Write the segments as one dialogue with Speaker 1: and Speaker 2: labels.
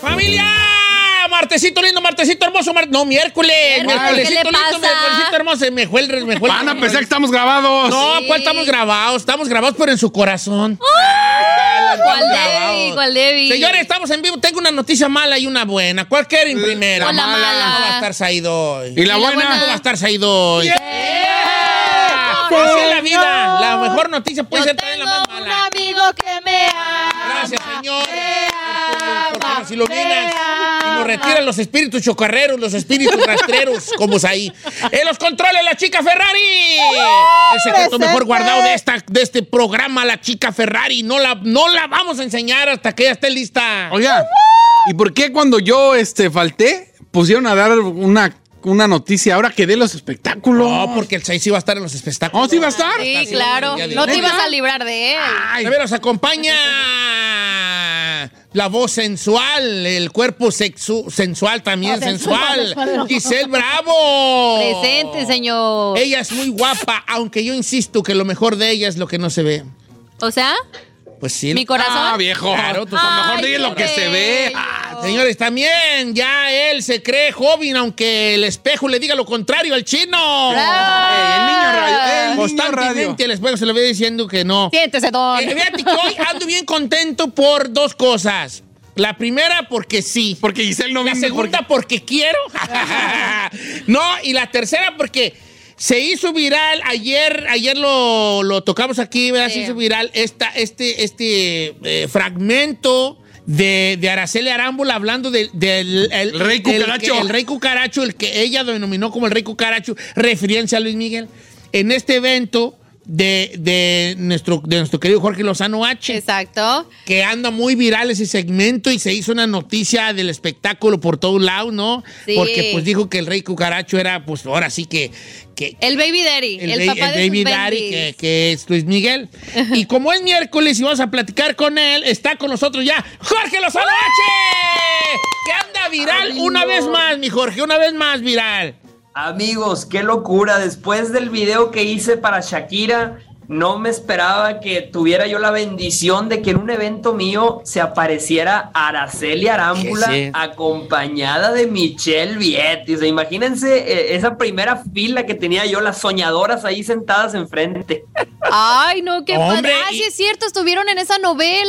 Speaker 1: ¡Familia! Martesito lindo, martesito hermoso, mar- no, miércoles, miércolesito lindo,
Speaker 2: pasa?
Speaker 1: miércolesito hermoso, me juel, me juel-
Speaker 3: Van a pensar que Pues estamos grabados.
Speaker 1: No, ¿cuál estamos grabados? Estamos grabados, pero en su corazón.
Speaker 2: ¿Cuál
Speaker 1: grabados.
Speaker 2: Debbie? ¿Cuál Debbie?
Speaker 1: Señores, estamos en vivo. Tengo una noticia mala y una buena. ¿Cuál quieren primero?
Speaker 2: Con la mala.
Speaker 1: No va a estar Said hoy.
Speaker 3: ¿Y la
Speaker 2: Y la
Speaker 3: buena?
Speaker 1: No va a estar Said hoy. Así es la vida. La mejor noticia puede ser también la más mala.
Speaker 4: un amigo que me ama.
Speaker 1: Gracias, Señor. Porque
Speaker 4: ama,
Speaker 1: nos iluminas
Speaker 4: te
Speaker 1: y nos
Speaker 4: ama.
Speaker 1: retiran los espíritus chocarreros, los espíritus rastreros, como es ahí. En los controles, la chica Ferrari. El secreto
Speaker 4: presente.
Speaker 1: mejor guardado de, esta, de este programa, la chica Ferrari. No la, no la vamos a enseñar hasta que ella esté lista.
Speaker 3: Oiga, ¿y por qué cuando yo este, falté pusieron a dar una, una noticia ahora que dé los espectáculos?
Speaker 1: No, porque el 6 sí va a estar en los espectáculos.
Speaker 3: ¿Oh, sí va a estar?
Speaker 2: Sí, claro.
Speaker 1: Ya Ah. digo.
Speaker 2: No te
Speaker 3: ¿Neta?
Speaker 2: ibas a librar de él.
Speaker 3: Ay,
Speaker 1: A ver, nos acompaña la voz sensual, el cuerpo sexu- sensual también, sensual. Giselle Bravo.
Speaker 2: Presente, señor.
Speaker 1: Ella es muy guapa, aunque yo insisto que lo mejor de ella es lo que no se ve.
Speaker 2: O sea,
Speaker 1: Pues sí.
Speaker 2: mi corazón.
Speaker 3: ah, viejo.
Speaker 1: Claro, tú-
Speaker 3: a lo
Speaker 2: Ay,
Speaker 3: mejor di lo
Speaker 2: qué
Speaker 3: que se ve.
Speaker 2: bello.
Speaker 3: Ah,
Speaker 1: Señores, también ya él se cree joven, aunque el espejo le diga lo contrario al chino.
Speaker 2: Ah.
Speaker 1: eh.
Speaker 3: el niño radio. El niño radio.
Speaker 1: Constantemente el espejo se le ve diciendo que no.
Speaker 2: Siéntese, don.
Speaker 1: Eh, fíjate que hoy ando bien contento por dos cosas. La primera, porque sí.
Speaker 3: Porque Giselle no
Speaker 1: La
Speaker 3: vino.
Speaker 1: segunda porque quiero. no, y la tercera porque se hizo viral ayer, ayer lo, lo tocamos aquí, ¿verdad? Se hizo viral esta, este, este eh, fragmento. De, de Araceli Arámbula hablando del del- el,
Speaker 3: El rey
Speaker 1: del
Speaker 3: cucaracho.
Speaker 1: que- el rey cucaracho, el que ella denominó como el rey cucaracho, referencia a Luis Miguel, en este evento de, de nuestro, de nuestro querido Jorge Lozano H
Speaker 2: Exacto.
Speaker 1: que anda muy viral ese segmento y se hizo una noticia del espectáculo por todos lados, ¿no?
Speaker 2: Sí.
Speaker 1: Porque pues dijo que el rey cucaracho era, pues ahora sí que... que
Speaker 2: El baby daddy. El,
Speaker 1: ba-
Speaker 2: papá
Speaker 1: el
Speaker 2: de
Speaker 1: baby
Speaker 2: sus
Speaker 1: daddy
Speaker 2: babies.
Speaker 1: que, que es Luis Miguel. Y como es miércoles y vamos a platicar con él, está con nosotros ya Jorge Lozano H, que anda viral
Speaker 5: Amigo.
Speaker 1: una vez más, mi Jorge, una vez más viral.
Speaker 5: Amigos, qué locura. Después del video que hice para Shakira, no me esperaba que tuviera yo la bendición de que en un evento mío se apareciera Araceli Arámbula
Speaker 1: Sí, sí.
Speaker 5: acompañada de Michelle Vietti. O sea, imagínense eh, esa primera fila que tenía yo, las soñadoras ahí sentadas enfrente.
Speaker 2: Ay, no, qué
Speaker 1: Hombre,
Speaker 2: padre. Ah,
Speaker 1: y-
Speaker 2: sí es cierto, estuvieron en esa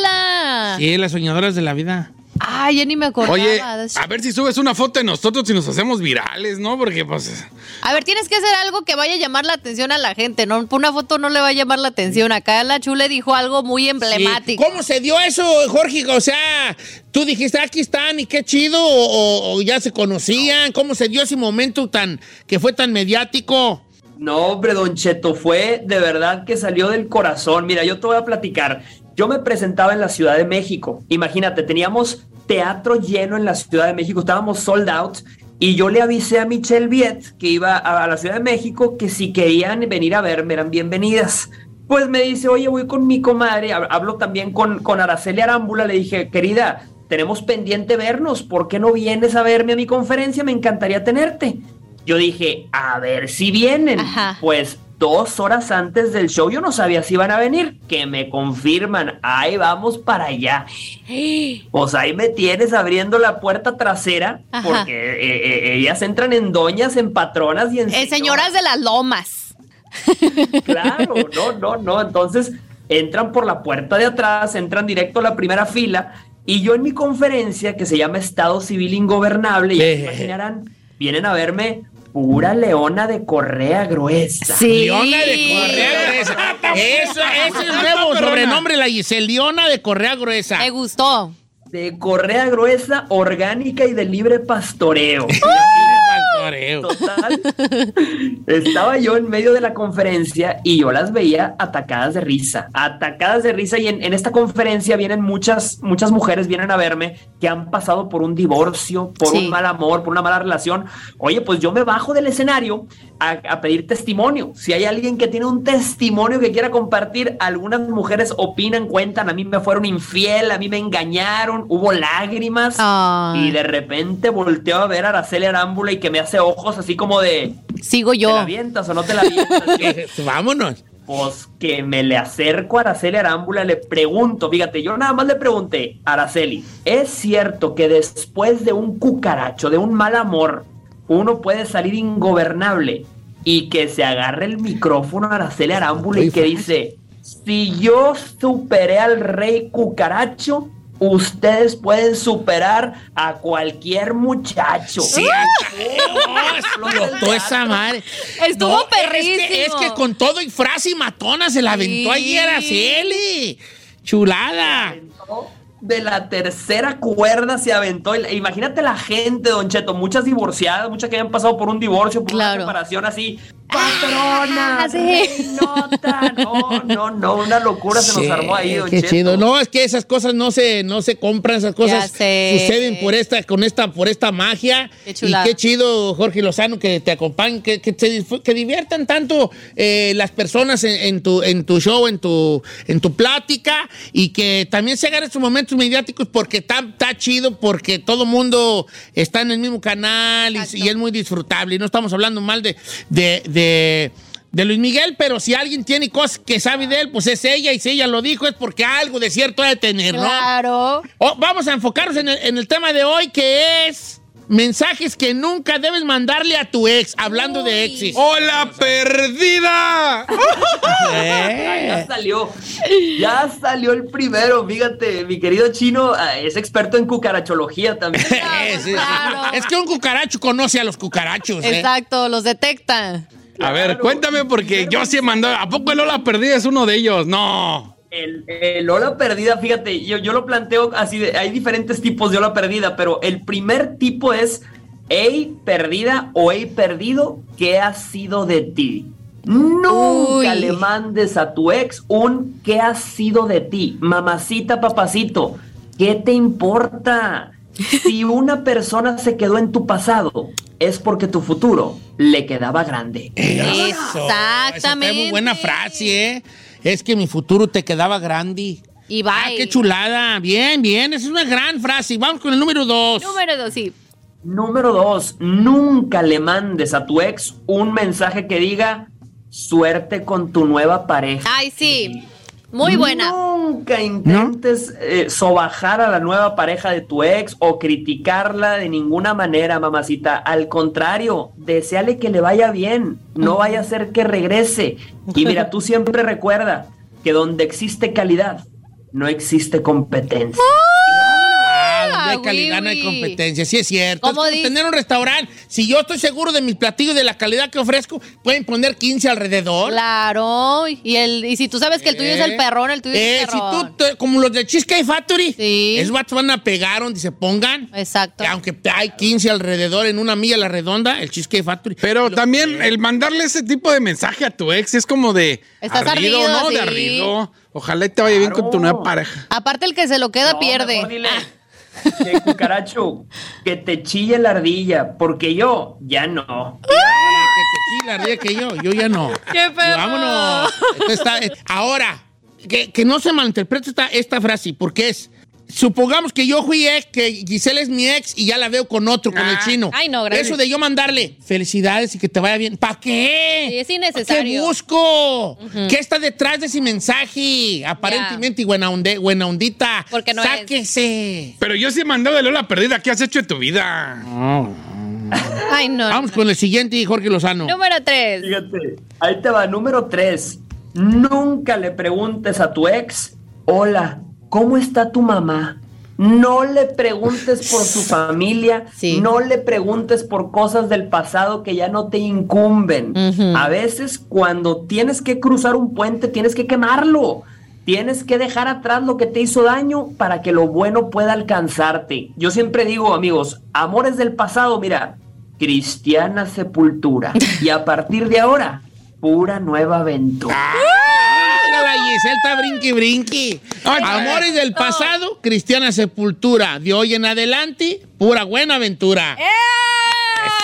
Speaker 2: novela.
Speaker 1: Sí, las soñadoras de la vida.
Speaker 2: Ay, ya ni me acordaba.
Speaker 3: Oye, a ver si subes una foto de nosotros y nos hacemos virales, ¿no? Porque pues.
Speaker 2: A ver, tienes que hacer algo que vaya a llamar la atención a la gente, ¿no? Por una foto no le va a llamar la atención. Acá la Chule dijo algo muy
Speaker 1: Sí.
Speaker 2: emblemático.
Speaker 1: ¿Cómo se dio eso, Jorge? O sea, tú dijiste, "Ah, aquí están y qué chido, o, o- o ya se conocían. ¿Cómo se dio ese momento tan que fue tan mediático?
Speaker 5: No, hombre, Don Cheto, fue de verdad que salió del corazón. Mira, yo te voy a platicar. Yo me presentaba en la Ciudad de México. Imagínate, teníamos teatro lleno en la Ciudad de México, estábamos sold out. Y yo le avisé a Michelle Viet, que iba a a la Ciudad de México, que si querían venir a verme, eran bienvenidas. Pues me dice, oye, voy con mi comadre. Hab- Hablo también con, con Araceli Arámbula. Le dije, querida, tenemos pendiente vernos. ¿Por qué no vienes a verme a mi conferencia? Me encantaría tenerte. Yo dije, a ver si vienen.
Speaker 2: Ajá.
Speaker 5: Pues dos horas antes del show yo no sabía si iban a venir, que me confirman, ahí vamos para allá. Pues ahí me tienes abriendo la puerta trasera,
Speaker 2: Ajá.
Speaker 5: porque eh, eh, ellas entran en doñas, en patronas y en...
Speaker 2: Eh, señoras de las lomas.
Speaker 5: Claro, no, no, no. Entonces entran por la puerta de atrás, entran directo a la primera fila. Y yo en mi conferencia, que se llama Estado Civil Ingobernable, ya se
Speaker 1: Eh.
Speaker 5: imaginarán, vienen a verme pura leona de correa gruesa.
Speaker 2: Sí.
Speaker 1: Leona de Correa Gruesa. Eso, ese es el nuevo sobrenombre, la Giselle. Leona de Correa Gruesa.
Speaker 2: Me gustó.
Speaker 5: De correa gruesa, orgánica y de libre pastoreo.
Speaker 1: Pastoreo.
Speaker 5: Total. Estaba yo en medio de la conferencia y yo las veía atacadas de risa, atacadas de risa. Y en, en esta conferencia vienen muchas, muchas mujeres vienen a verme que han pasado por un divorcio, por
Speaker 2: Sí.
Speaker 5: un mal amor, por una mala relación. Oye, pues yo me bajo del escenario a, a pedir testimonio. Si hay alguien que tiene un testimonio que quiera compartir, algunas mujeres opinan, cuentan, a mí me fueron infiel, a mí me engañaron, hubo lágrimas.
Speaker 2: Ay.
Speaker 5: Y de repente volteo a ver a Araceli Arámbula y que me hace ojos así como de
Speaker 2: Sigo
Speaker 5: ¿te la
Speaker 2: yo.
Speaker 5: avientas o no te la avientas? Yo,
Speaker 1: Eh, Vámonos.
Speaker 5: pues que me le acerco a Araceli Arámbula, le pregunto, fíjate, yo nada más le pregunté, Araceli, ¿es cierto que después de un cucaracho, de un mal amor, uno puede salir ingobernable y que se agarre el micrófono a Araceli Arámbula y que dice, si yo superé al rey cucaracho, ustedes pueden superar a cualquier muchacho. ¡Ah!
Speaker 1: Sí,
Speaker 2: Uh.
Speaker 1: acá- no, explotó esa madre.
Speaker 2: Estuvo
Speaker 1: Es que, es
Speaker 2: perrísimo.
Speaker 1: que con todo y frase y matona se la aventó
Speaker 2: Sí.
Speaker 1: ayer a Celi. Chulada.
Speaker 5: de la tercera cuerda se aventó. Y la- Imagínate la gente, Don Cheto, muchas divorciadas, muchas que habían pasado por un divorcio, por
Speaker 2: Claro.
Speaker 5: una separación así. ¡Patrona!
Speaker 2: Ah, sí.
Speaker 5: reinota. No, no, no, una locura se
Speaker 1: Sí,
Speaker 5: nos armó ahí, Don
Speaker 1: qué
Speaker 5: Cheto.
Speaker 1: chido. No, es que esas cosas no se, no se compran, esas cosas
Speaker 2: sé.
Speaker 1: suceden por esta, con esta, por esta magia.
Speaker 2: Qué chulada.
Speaker 1: Y qué chido, Jorge Lozano, que te acompañen, que, que, te disfr- que diviertan tanto eh, las personas en, en tu, en tu show, en tu, en tu plática, y que también se hagan estos momentos mediáticos porque está, está chido, porque todo mundo está en el mismo canal y, y es muy disfrutable. Y no estamos hablando mal de- de- de de Luis Miguel, pero si alguien tiene cosas que sabe de él, pues es ella, y si ella lo dijo es porque algo de cierto ha de tener, ¿no?
Speaker 2: Claro.
Speaker 1: Oh, vamos a enfocarnos en el, en el tema de hoy, que es mensajes que nunca debes mandarle a tu ex, hablando de exes.
Speaker 3: ¡Hola, perdida!
Speaker 1: Eh.
Speaker 5: Ya salió, ya salió el primero, fíjate, mi querido chino ah, es experto en cucarachología también.
Speaker 1: Eh, sí, sí.
Speaker 2: claro.
Speaker 1: Es que un cucaracho conoce a los cucarachos. ¿eh?
Speaker 2: Exacto, los detecta.
Speaker 3: A ver, cuéntame porque yo sí he mandado. ¿A poco el Hola Perdida es uno de ellos? No.
Speaker 5: El, el ola perdida, fíjate, yo, yo lo planteo así, de, hay diferentes tipos de ola perdida, pero el primer tipo es, hey perdida o hey perdido, ¿qué ha sido de ti? Nunca
Speaker 2: Uy.
Speaker 5: le mandes a tu ex un ¿qué ha sido de ti? Mamacita, papacito, ¿qué te importa? Si una persona se quedó en tu pasado, es porque tu futuro le quedaba grande.
Speaker 1: Eso. Esa está muy buena
Speaker 2: Exactamente.
Speaker 1: frase, ¿eh? Es que mi futuro te quedaba grande.
Speaker 2: Y
Speaker 1: Ah,
Speaker 2: bye.
Speaker 1: qué chulada. Bien, bien. Esa es una gran frase. Vamos con el número dos.
Speaker 2: Número dos, sí.
Speaker 5: Número dos, nunca le mandes a tu ex un mensaje que diga suerte con tu nueva pareja.
Speaker 2: Ay, sí.
Speaker 1: Mm.
Speaker 2: Muy buena.
Speaker 5: Nunca intentes eh, sobajar a la nueva pareja de tu ex o criticarla de ninguna manera, mamacita. Al contrario, deseale que le vaya bien. No vaya a ser que regrese. Y mira, tú siempre recuerda que donde existe calidad, no existe competencia.
Speaker 1: Ah, donde hay
Speaker 2: Ah,
Speaker 1: calidad no hay
Speaker 2: güey, güey.
Speaker 1: competencia, sí es cierto.
Speaker 2: ¿Cómo
Speaker 1: es como
Speaker 2: dice?
Speaker 1: tener un restaurante, si yo estoy seguro de mis platillos y de la calidad que ofrezco, pueden poner 15 alrededor.
Speaker 2: Claro. Y, el, y si tú sabes que el tuyo es el
Speaker 1: Eh,
Speaker 2: perrón, el tuyo es
Speaker 1: eh,
Speaker 2: el
Speaker 1: si
Speaker 2: perrón.
Speaker 1: tú, te- como los de Cheesecake Factory,
Speaker 2: Sí.
Speaker 1: esos vatos van a pegar donde se pongan.
Speaker 2: Exacto.
Speaker 1: Que aunque hay 15 alrededor en una milla a la redonda, el Cheesecake Factory.
Speaker 3: Pero también el mandarle ese tipo de mensaje a tu ex es como de
Speaker 2: Estás
Speaker 3: ¿no?
Speaker 2: ardido,
Speaker 3: De
Speaker 2: sí.
Speaker 3: arrido. Ojalá y te vaya bien con tu nueva pareja.
Speaker 2: Aparte, el que se lo queda
Speaker 5: No, mejor
Speaker 2: pierde.
Speaker 5: dile, "Che, cucaracho, que te chille la ardilla, porque yo ya no.
Speaker 1: que te chila, ríe que yo, yo ya no.
Speaker 2: ¡Qué perro!
Speaker 1: eh, Vámonos. Esto está- ahora, que, que no se malinterprete esta, esta frase, porque es, supongamos que yo fui ex, que Giselle es mi ex y ya la veo con otro, con el chino.
Speaker 2: Ah. Ay, no, gracias.
Speaker 1: Eso de yo mandarle felicidades y que te vaya bien. ¿Para qué?
Speaker 2: Sí, es innecesario.
Speaker 1: ¿Qué busco? ¿Qué está detrás de ese mensaje? Aparentemente, y buena, onde- buena ondita.
Speaker 2: Porque no es.
Speaker 1: Sáquese.
Speaker 3: Pero yo sí he mandado de Lola perdida. ¿Qué has hecho de tu vida?
Speaker 2: Ay, no. no,
Speaker 1: Vamos con el siguiente, Jorge Lozano.
Speaker 2: no. Número tres.
Speaker 5: Fíjate, ahí te va, número 3. Nunca le preguntes a tu ex, hola, ¿cómo está tu mamá? No le preguntes por su familia,
Speaker 2: Sí.
Speaker 5: no le preguntes por cosas del pasado que ya no te incumben.
Speaker 2: Ujú.
Speaker 5: A veces cuando tienes que cruzar un puente, tienes que quemarlo. Tienes que dejar atrás lo que te hizo daño para que lo bueno pueda alcanzarte. Yo siempre digo, amigos, amores del pasado, mira, cristiana sepultura. Y a partir de ahora, pura nueva aventura.
Speaker 2: Ah.
Speaker 1: Mira, la Giselle está brinqui, brinqui. Amores del pasado, cristiana sepultura. De hoy en adelante, pura buena aventura.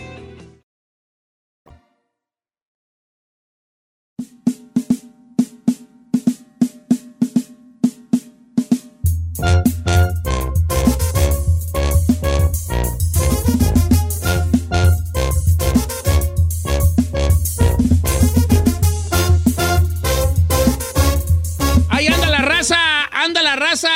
Speaker 1: Ahí anda la raza, anda la raza.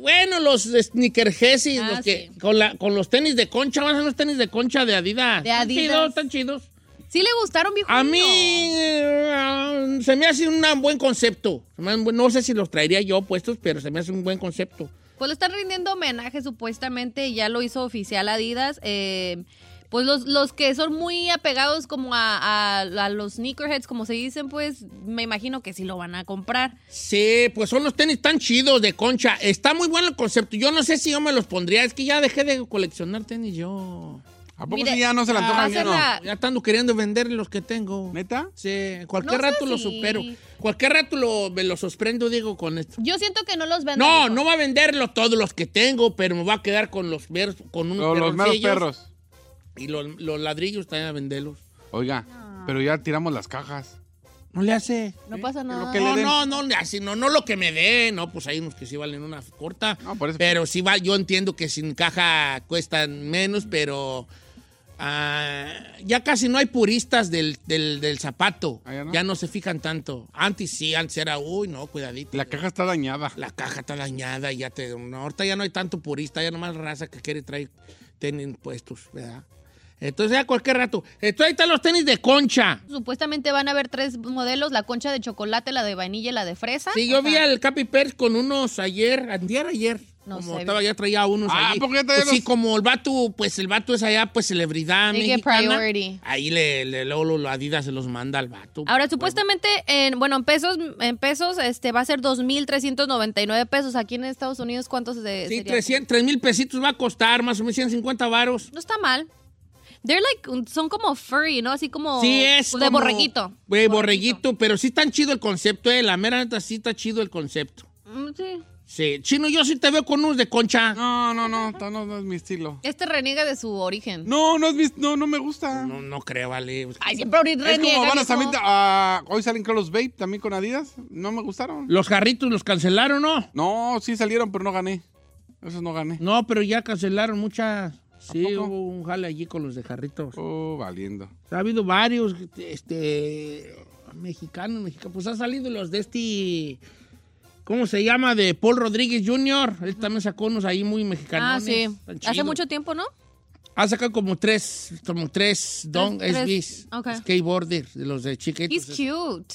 Speaker 1: Bueno, los sneakerjesis,
Speaker 2: Ah,
Speaker 1: los que
Speaker 2: sí.
Speaker 1: con, la- con los tenis de concha, van a los tenis de concha de Adidas.
Speaker 2: De
Speaker 1: Están
Speaker 2: Adidas.
Speaker 1: chidos, están chidos.
Speaker 2: Sí le gustaron, viejo.
Speaker 1: A mí eh, se me hace un buen concepto. Se me hace un buen- No sé si los traería yo puestos, pero se me hace un buen concepto.
Speaker 2: Pues le están rindiendo homenaje supuestamente, y ya lo hizo oficial Adidas. eh, pues los, los que son muy apegados como a, a- a los sneakerheads, como se dicen, pues me imagino que sí lo van a comprar.
Speaker 1: Sí, pues son los tenis tan chidos de concha. Está muy bueno el concepto. Yo no sé si yo me los pondría. Es que ya dejé de coleccionar tenis yo.
Speaker 3: ¿A poco
Speaker 2: Mire,
Speaker 3: sí ya no se la
Speaker 2: va
Speaker 3: antoja
Speaker 2: a
Speaker 3: a mí o
Speaker 2: ser
Speaker 3: no?
Speaker 2: la- Mm,
Speaker 1: Ya estando queriendo vender los que tengo.
Speaker 3: ¿Neta?
Speaker 1: Sí, cualquier
Speaker 2: No sé
Speaker 1: rato lo
Speaker 2: si-
Speaker 1: supero. Cualquier rato lo, me lo sorprendo, digo, con esto.
Speaker 2: Yo siento que no los venden.
Speaker 1: No,
Speaker 2: viejo.
Speaker 1: no va a venderlo todos los que tengo, pero me va a quedar con los ver- con unos
Speaker 3: Los, los meros
Speaker 1: perroncillos
Speaker 3: perros.
Speaker 1: Y los, los ladrillos también a venderlos.
Speaker 3: Oiga, pero ya tiramos las cajas.
Speaker 1: No le hace.
Speaker 2: No pasa nada.
Speaker 3: lo que le-
Speaker 1: No,
Speaker 3: den.
Speaker 1: no, no, así no, no lo que me dé, no, pues hay unos que sí valen una corta.
Speaker 3: No, por eso.
Speaker 1: Pero sí va, yo entiendo que sin caja cuestan menos, pero ah, ya casi no hay puristas del, del- del zapato.
Speaker 3: Ah, ¿ya no?
Speaker 1: Ya no se fijan tanto. Antes sí, antes era, uy, no, cuidadito.
Speaker 3: La caja está dañada.
Speaker 1: La caja está dañada y ya te. no, ahorita ya no hay tanto purista, ya nomás raza que quiere traer tenis puestos, ¿verdad? Entonces, a cualquier rato. Entonces, ahí están los tenis de concha.
Speaker 2: Supuestamente van a haber tres modelos, la concha de chocolate, la de vainilla y la de fresa.
Speaker 1: Sí, yo
Speaker 2: O sea,
Speaker 1: vi al Capi Pérez con unos ayer, antier ayer.
Speaker 2: No
Speaker 1: como
Speaker 2: sé.
Speaker 1: estaba, ya traía unos
Speaker 3: Ah,
Speaker 1: allí.
Speaker 3: ¿por qué traía
Speaker 1: Pues Sí,
Speaker 3: los-
Speaker 1: como el vato, pues el vato es allá, pues celebridad
Speaker 2: They get
Speaker 1: mexicana.
Speaker 2: priority.
Speaker 1: Ahí le, le luego lo, lo Adidas se los manda al vato. Pues,
Speaker 2: Ahora, supuestamente, en, bueno, en pesos, en pesos, este va a ser 2.399 pesos. Aquí en Estados Unidos, ¿cuántos de,
Speaker 1: Sí,
Speaker 2: sería?
Speaker 1: 300, 3 mil pesitos va a costar, más o menos 150 varos.
Speaker 2: No está mal. They're like, un- son como furry, ¿no? Así como
Speaker 1: Sí, es.
Speaker 2: de
Speaker 1: como-
Speaker 2: borreguito.
Speaker 1: Güey, borreguito, pero sí tan chido el concepto, eh. La mera neta, sí está chido el concepto.
Speaker 2: Mm, sí.
Speaker 1: Sí, chino, yo sí te veo con unos de concha.
Speaker 3: No, no, no, no, no, no es mi estilo.
Speaker 2: Este reniega de su origen.
Speaker 3: No, no es mi, no, no me gusta.
Speaker 1: No, no creo, vale.
Speaker 2: Ay, siempre ahorita
Speaker 3: es
Speaker 2: reniega,
Speaker 3: como van a
Speaker 2: viejo.
Speaker 3: también a- hoy salen Carlos Babe también con Adidas, no me gustaron.
Speaker 1: Los jarritos los cancelaron, ¿no?
Speaker 3: No, sí salieron, pero no gané. Esos no gané.
Speaker 1: No, pero ya cancelaron muchas. Sí,
Speaker 3: poco?
Speaker 1: hubo un jale allí con los de jarritos.
Speaker 3: Oh, valiendo.
Speaker 1: Ha habido varios este, mexicanos, mexicanos. Pues han salido los de este. ¿Cómo se llama? De Paul Rodríguez Jr. Él también sacó unos ahí muy
Speaker 2: Ah,
Speaker 1: mexicanos.
Speaker 2: sí. Hace mucho tiempo, ¿no?
Speaker 1: Ha sacado como tres, como tres Don
Speaker 2: Tres-
Speaker 1: SBs.
Speaker 2: ok.
Speaker 1: Skateboarders, de los de
Speaker 3: pues
Speaker 1: chiquitos.
Speaker 2: He's cute.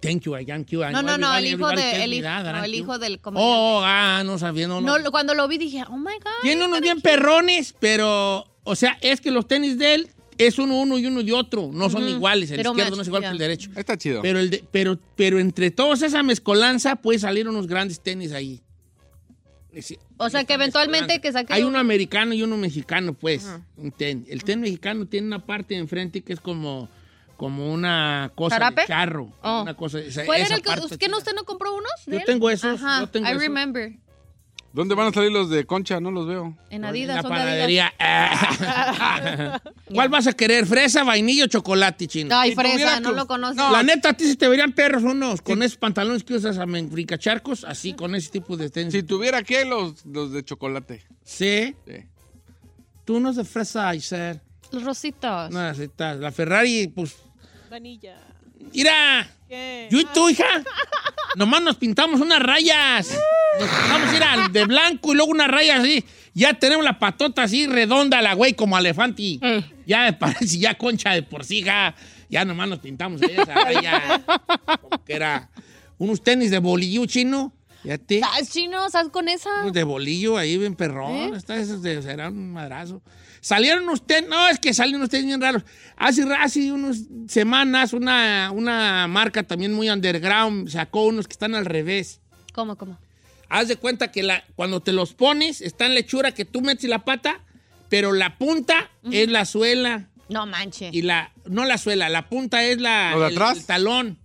Speaker 1: Thank you, I am cute. I
Speaker 2: No,
Speaker 1: know
Speaker 2: no, no, el
Speaker 1: everybody-
Speaker 2: hijo
Speaker 1: everybody
Speaker 2: de-
Speaker 1: tells
Speaker 2: el
Speaker 1: me
Speaker 2: hijo-
Speaker 1: that,
Speaker 2: no,
Speaker 1: I'm
Speaker 2: el
Speaker 1: cute.
Speaker 2: hijo del comediante.
Speaker 1: Oh, ah, no sabía, no,
Speaker 2: No,
Speaker 1: no.
Speaker 2: lo- cuando lo vi dije, oh my God.
Speaker 1: Tiene unos bien perrones, pero, o sea, es que los tenis de él es uno uno y uno de otro. No son iguales. El
Speaker 2: Pero
Speaker 1: izquierdo
Speaker 2: match,
Speaker 1: no es igual
Speaker 2: ya.
Speaker 1: que el derecho.
Speaker 3: Está chido.
Speaker 1: Pero, el de- pero, pero entre todos esa mezcolanza puede salir unos grandes tenis ahí. Ese-
Speaker 2: O sea,
Speaker 1: esa
Speaker 2: que eventualmente
Speaker 1: mezcolanza.
Speaker 2: que saque
Speaker 1: Hay
Speaker 2: uno.
Speaker 1: uno americano y uno mexicano, pues. un ten. El ten mexicano tiene una parte de enfrente que es como, como una cosa
Speaker 2: ¿Jarape?
Speaker 1: de charro.
Speaker 2: Oh.
Speaker 1: Una cosa, esa-
Speaker 2: ¿Cuál
Speaker 1: esa
Speaker 2: era el que
Speaker 1: parte
Speaker 2: usted, ¿qué no,
Speaker 1: chica.
Speaker 2: usted no compró unos? de
Speaker 1: Yo
Speaker 2: él?
Speaker 1: tengo esos,
Speaker 2: Ajá,
Speaker 1: yo tengo
Speaker 2: I
Speaker 1: esos.
Speaker 2: remember.
Speaker 3: ¿Dónde van a salir los de Concha? No los veo.
Speaker 2: En Adidas.
Speaker 1: La
Speaker 2: son de Adidas.
Speaker 1: panadería. ¿Cuál vas a querer? ¿Fresa, vainilla o chocolate, chino?
Speaker 2: Ay,
Speaker 1: Si tuviera
Speaker 2: fresa, no
Speaker 1: que-
Speaker 2: lo conozco.
Speaker 1: La neta, a ti sí te verían perros unos con esos pantalones que usas a menfricacharcos, así, con ese tipo de tenis.
Speaker 3: Si tuviera que los, los de chocolate.
Speaker 1: Sí.
Speaker 3: Sí.
Speaker 1: Tú no es de fresa, Isaac.
Speaker 2: Los rositos.
Speaker 1: No, así está. La Ferrari, pues.
Speaker 4: Vanilla.
Speaker 1: Mira,
Speaker 4: ¿Qué?
Speaker 1: yo y tú, hija. Nomás nos pintamos unas rayas. Nos pintamos mira, de blanco y luego unas rayas así. Ya tenemos la patota así redonda, la güey, como elefante.
Speaker 4: Eh.
Speaker 1: Ya parece ya concha de por sí, hija. Ya nomás nos pintamos ahí esa raya. Como que era unos tenis de bolillo chino. Fíjate.
Speaker 2: ¿Estás chino? ¿Estás con esa?
Speaker 1: Unos de bolillo ahí, bien perrón.
Speaker 2: ¿Eh?
Speaker 1: Estas esas de- serán un madrazo. Salieron ustedes, no, es que salen ustedes bien raros. Hace, ra- hace unas semanas una, una marca también muy underground sacó unos que están al revés.
Speaker 2: ¿Cómo, cómo?
Speaker 1: Haz de cuenta que la, cuando te los pones, está en la hechura que tú metes la pata, pero la punta es la suela.
Speaker 2: No manche.
Speaker 1: Y la, no la suela, la punta es la,
Speaker 3: ¿Lo de
Speaker 1: el-
Speaker 3: atrás? Mm.
Speaker 1: el talón.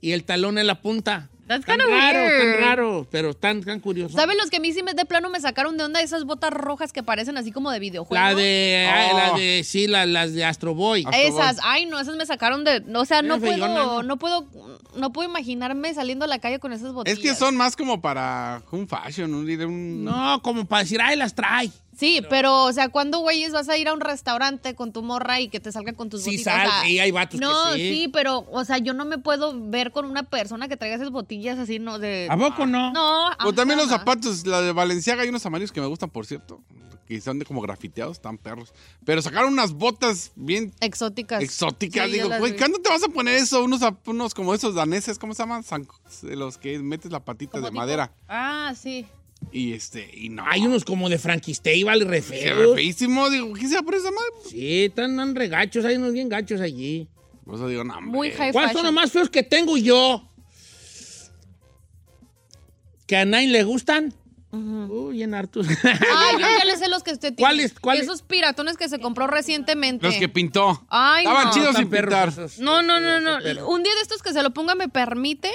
Speaker 1: Y el talón es la punta.
Speaker 2: That's
Speaker 1: Tan
Speaker 2: kinda
Speaker 1: raro,
Speaker 2: weird.
Speaker 1: tan raro, pero tan, tan curioso.
Speaker 2: ¿Saben los que a mí sí me de plano me sacaron de onda esas botas rojas que parecen así como de videojuego?
Speaker 1: La de,
Speaker 3: Oh.
Speaker 1: ah, la de, sí, la- las de Astro Boy.
Speaker 3: Ah,
Speaker 2: Esas, ay no, esas me sacaron de, o sea, no
Speaker 1: Eran feyonas, ¿no?
Speaker 2: puedo, no puedo, no puedo imaginarme saliendo a la calle con esas botas.
Speaker 3: Es que son más como para un fashion, un líder, un...
Speaker 1: No, como para decir, ay, las trae.
Speaker 2: Sí, pero, o sea, ¿cuándo, güeyes, vas a ir a un restaurante con tu morra y que te salga con tus
Speaker 1: Sí,
Speaker 2: botitas?
Speaker 1: sal-
Speaker 2: O sea,
Speaker 1: sí, hay vatos que
Speaker 2: No,
Speaker 1: sí.
Speaker 2: pero, o sea, yo no me puedo ver con una persona que traiga esas botillas así, no, de...
Speaker 1: ¿A poco no?
Speaker 2: No.
Speaker 3: O también los
Speaker 2: ajá.
Speaker 3: zapatos, la de Valenciaga, hay unos amarillos que me gustan, por cierto, que están de como grafiteados, están perros. Pero sacaron unas botas bien
Speaker 2: Exóticas.
Speaker 3: exóticas.
Speaker 2: Sí, yo
Speaker 3: Digo,
Speaker 2: las
Speaker 3: güey,
Speaker 2: vi.
Speaker 3: ¿cuándo te vas a poner eso? Unos, zap- unos como esos daneses, ¿cómo se llaman? San- Los que metes la patita
Speaker 2: Como
Speaker 3: de
Speaker 2: tipo-
Speaker 3: madera.
Speaker 2: Ah, sí.
Speaker 3: Y este, y no.
Speaker 1: Hay unos como de Frankie Stable, re
Speaker 3: que
Speaker 1: feos.
Speaker 3: re feísimo. Digo, ¿qué se va a poner esa madre?
Speaker 1: Sí, están tan regachos, hay unos bien gachos allí.
Speaker 3: Por Pues, eso digo, no, hombre.
Speaker 2: Muy high
Speaker 1: ¿Cuáles son
Speaker 2: fashion.
Speaker 1: los más feos que tengo yo? ¿Que a nadie le gustan? Uy, en Artus.
Speaker 2: Ah, yo ya le sé los que usted tiene.
Speaker 1: ¿Cuáles- cuáles?
Speaker 2: Esos piratones que se compró recientemente.
Speaker 3: Los que pintó.
Speaker 2: Ay,
Speaker 3: Estaban
Speaker 2: no.
Speaker 3: chidos
Speaker 1: Están
Speaker 3: sin
Speaker 1: perros
Speaker 3: pintar.
Speaker 1: esos.
Speaker 2: No, no, no, no. Un día de estos que se lo ponga me permite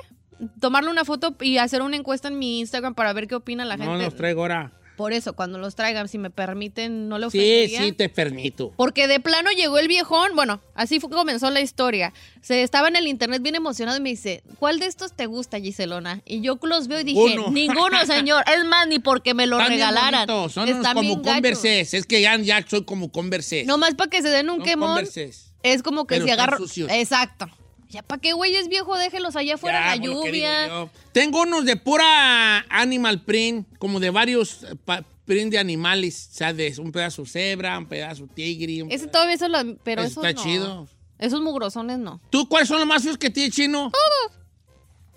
Speaker 2: tomarle una foto y hacer una encuesta en mi Instagram para ver qué opina la
Speaker 1: No
Speaker 2: gente.
Speaker 1: los traigo ahora.
Speaker 2: Por eso, cuando los traigan, si me permiten, no le
Speaker 1: Sí,
Speaker 2: ofendería.
Speaker 1: sí, te permito.
Speaker 2: Porque de plano llegó el viejón, bueno, así fue, comenzó la historia. Se estaba en el internet bien emocionado y me dice, ¿cuál de estos te gusta, Giselona? Y yo los veo y dije,
Speaker 1: Ninguno.
Speaker 2: ninguno, señor. Es más, ni porque me lo
Speaker 1: Están bien
Speaker 2: regalaran.
Speaker 1: bonitos, Son unos
Speaker 2: Están
Speaker 1: como
Speaker 2: bien gachos.
Speaker 1: converses. Es que ya, ya soy como converses.
Speaker 2: Nomás para que se den un
Speaker 1: Son
Speaker 2: quemón.
Speaker 1: Converses.
Speaker 2: Es como que
Speaker 1: Pero
Speaker 2: si
Speaker 1: están
Speaker 2: agarro.
Speaker 1: sucios.
Speaker 2: Exacto. Ya, ¿para qué, güey? Es viejo, déjelos allá afuera
Speaker 1: Ya,
Speaker 2: en la
Speaker 1: por lo que digo
Speaker 2: lluvia.
Speaker 1: yo. Tengo unos de pura animal print, como de varios eh, pa- print de animales. O sea, de un pedazo cebra, un pedazo tigre. un
Speaker 2: Ese
Speaker 1: pedazo-
Speaker 2: todavía se lo. Pero
Speaker 1: Ese
Speaker 2: esos
Speaker 1: está
Speaker 2: no.
Speaker 1: chido.
Speaker 2: Esos mugrosones no.
Speaker 1: ¿Tú cuáles son los más feos que tiene chino?
Speaker 2: Oh.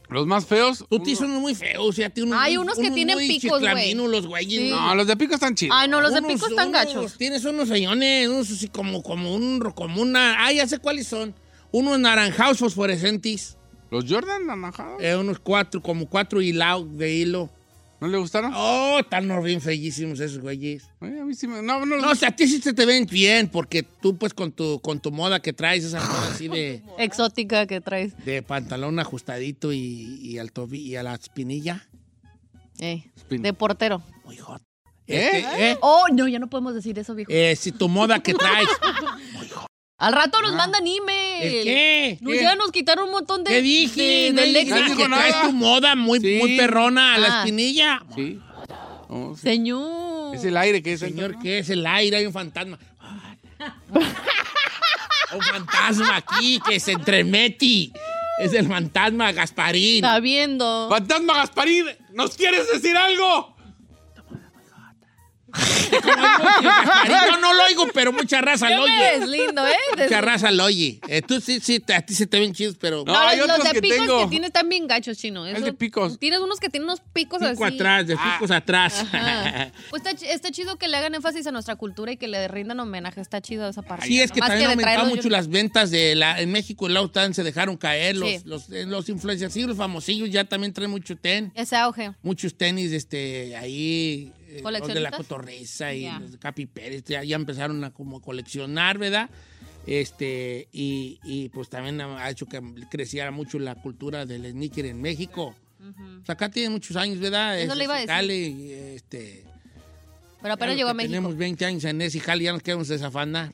Speaker 3: Los más feos.
Speaker 1: Tú tienes unos muy feos. Ya tienes unos
Speaker 2: Hay
Speaker 1: muy-
Speaker 2: unos que tienen
Speaker 1: muy
Speaker 2: picos, güey.
Speaker 1: chiclamino, los güeyes.
Speaker 2: Sí.
Speaker 1: ¿no?
Speaker 3: No, los de pico están chidos.
Speaker 2: Ay, no, los de
Speaker 1: Unos-
Speaker 2: pico están
Speaker 1: unos-
Speaker 2: gachos.
Speaker 1: Tienes unos señones, unos así como, como un, como una. Ah, ya sé cuáles son. Unos naranjados fosforescentes.
Speaker 3: Los Jordan anaranjados.
Speaker 1: eh, unos cuatro, como cuatro hilados de hilo.
Speaker 3: ¿No le gustaron?
Speaker 1: Oh, están bien bellísimos esos güeyes.
Speaker 3: Eh, a mí sí me- No, no,
Speaker 1: No, o sea, a ti sí se te ven bien, porque tú, pues, con tu, con tu moda que traes, esa moda así de,
Speaker 2: Exótica que traes.
Speaker 1: de pantalón ajustadito y, y al tobi- y a la espinilla.
Speaker 2: Ey,
Speaker 3: Spin.
Speaker 2: de portero.
Speaker 1: Muy hot.
Speaker 3: ¿Eh?
Speaker 1: Este, ¿eh?
Speaker 2: Oh, no, ya no podemos decir eso, viejo.
Speaker 1: Eh, si tu moda que traes.
Speaker 2: Al rato nos mandan email.
Speaker 1: ah. ¿El qué?
Speaker 2: No,
Speaker 1: ¿Qué?
Speaker 2: ya nos quitaron un montón de.
Speaker 1: ¿Qué dije?
Speaker 2: de-
Speaker 1: No
Speaker 2: del
Speaker 1: dije
Speaker 2: léxico.
Speaker 3: nada.
Speaker 1: que traes tu moda muy,
Speaker 3: Sí.
Speaker 1: muy perrona a la
Speaker 2: Ah.
Speaker 1: espinilla.
Speaker 3: Sí. Oh, sí.
Speaker 2: Señor.
Speaker 3: Es el aire que es
Speaker 1: Señor, ¿qué es el aire? Hay un fantasma. Ay. un fantasma aquí que se entremeti. Es el fantasma Gasparín.
Speaker 2: Está viendo.
Speaker 3: Fantasma Gasparín, ¿nos quieres decir algo?
Speaker 1: Gasparito no lo oigo, pero mucha raza lo
Speaker 2: Es
Speaker 1: oye.
Speaker 2: lindo, ¿eh?
Speaker 1: Mucha raza lo oye. Eh, tú sí, sí, te- a ti se te ven chidos, pero.
Speaker 3: No, hay
Speaker 2: los, los
Speaker 3: otros
Speaker 2: de
Speaker 3: que
Speaker 2: picos
Speaker 3: tengo.
Speaker 2: que tienes están bien gachos, chino.
Speaker 3: El
Speaker 2: Eso-
Speaker 3: de picos.
Speaker 2: Tienes unos que tienen unos picos
Speaker 1: Pico
Speaker 2: así.
Speaker 1: atrás, de picos atrás.
Speaker 2: Ajá. Pues está, chi- está chido que le hagan énfasis a nuestra cultura y que le rindan homenaje. Está chido esa parte.
Speaker 1: Sí, es que
Speaker 2: Más
Speaker 1: también
Speaker 2: de
Speaker 1: aumentaron
Speaker 2: traerlos
Speaker 1: mucho
Speaker 2: yo-
Speaker 1: las ventas de la, en México y luego tan se dejaron caer. Los,
Speaker 2: Sí.
Speaker 1: los, eh, los influencers y los famosillos ya también traen mucho ten.
Speaker 2: Ese auge.
Speaker 1: Muchos tenis este, ahí, eh, los de la
Speaker 2: ¿Coleccionistas?
Speaker 1: cotorreza y
Speaker 2: Ya.
Speaker 1: los de Capi Pérez, ya, ya empezaron a como coleccionar, ¿verdad? Este, y, y, pues también ha hecho que creciera mucho la cultura del sneaker en México. O sea, acá tiene muchos años, ¿verdad?
Speaker 2: Eso
Speaker 1: Es-
Speaker 2: le iba a decir.
Speaker 1: Cali, este,
Speaker 2: Pero apenas
Speaker 1: ya
Speaker 2: llegó a
Speaker 1: que
Speaker 2: México.
Speaker 1: Tenemos 20 años en ese jale, ya nos queremos desafanar.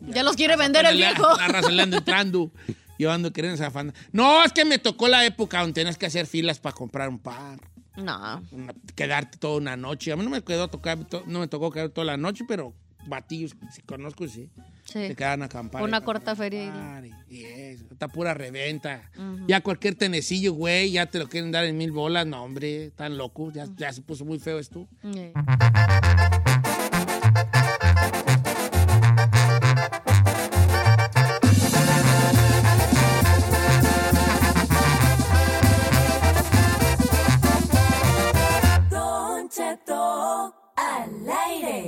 Speaker 2: Ya los quiere vender el viejo.
Speaker 1: La raza le anda entrando. Yo ando queriendo desafanar. No, es que me tocó la época donde tenías que hacer filas para comprar un pan.
Speaker 2: No.
Speaker 1: una- quedarte toda una noche. A mí no me quedó tocar, to- no me tocó quedar toda la noche, pero batillos, si conozco, sí.
Speaker 2: Sí.
Speaker 1: Se quedan a acampar.
Speaker 2: Una
Speaker 1: y-
Speaker 2: corta feria.
Speaker 1: acampar y- y eso, Está pura reventa.
Speaker 2: Ujú.
Speaker 1: Ya cualquier tenecillo, güey, ya te lo quieren dar en mil bolas. No, hombre, están locos. Ya, ya se puso muy feo esto.
Speaker 2: Eh.
Speaker 6: Don Cheto al aire.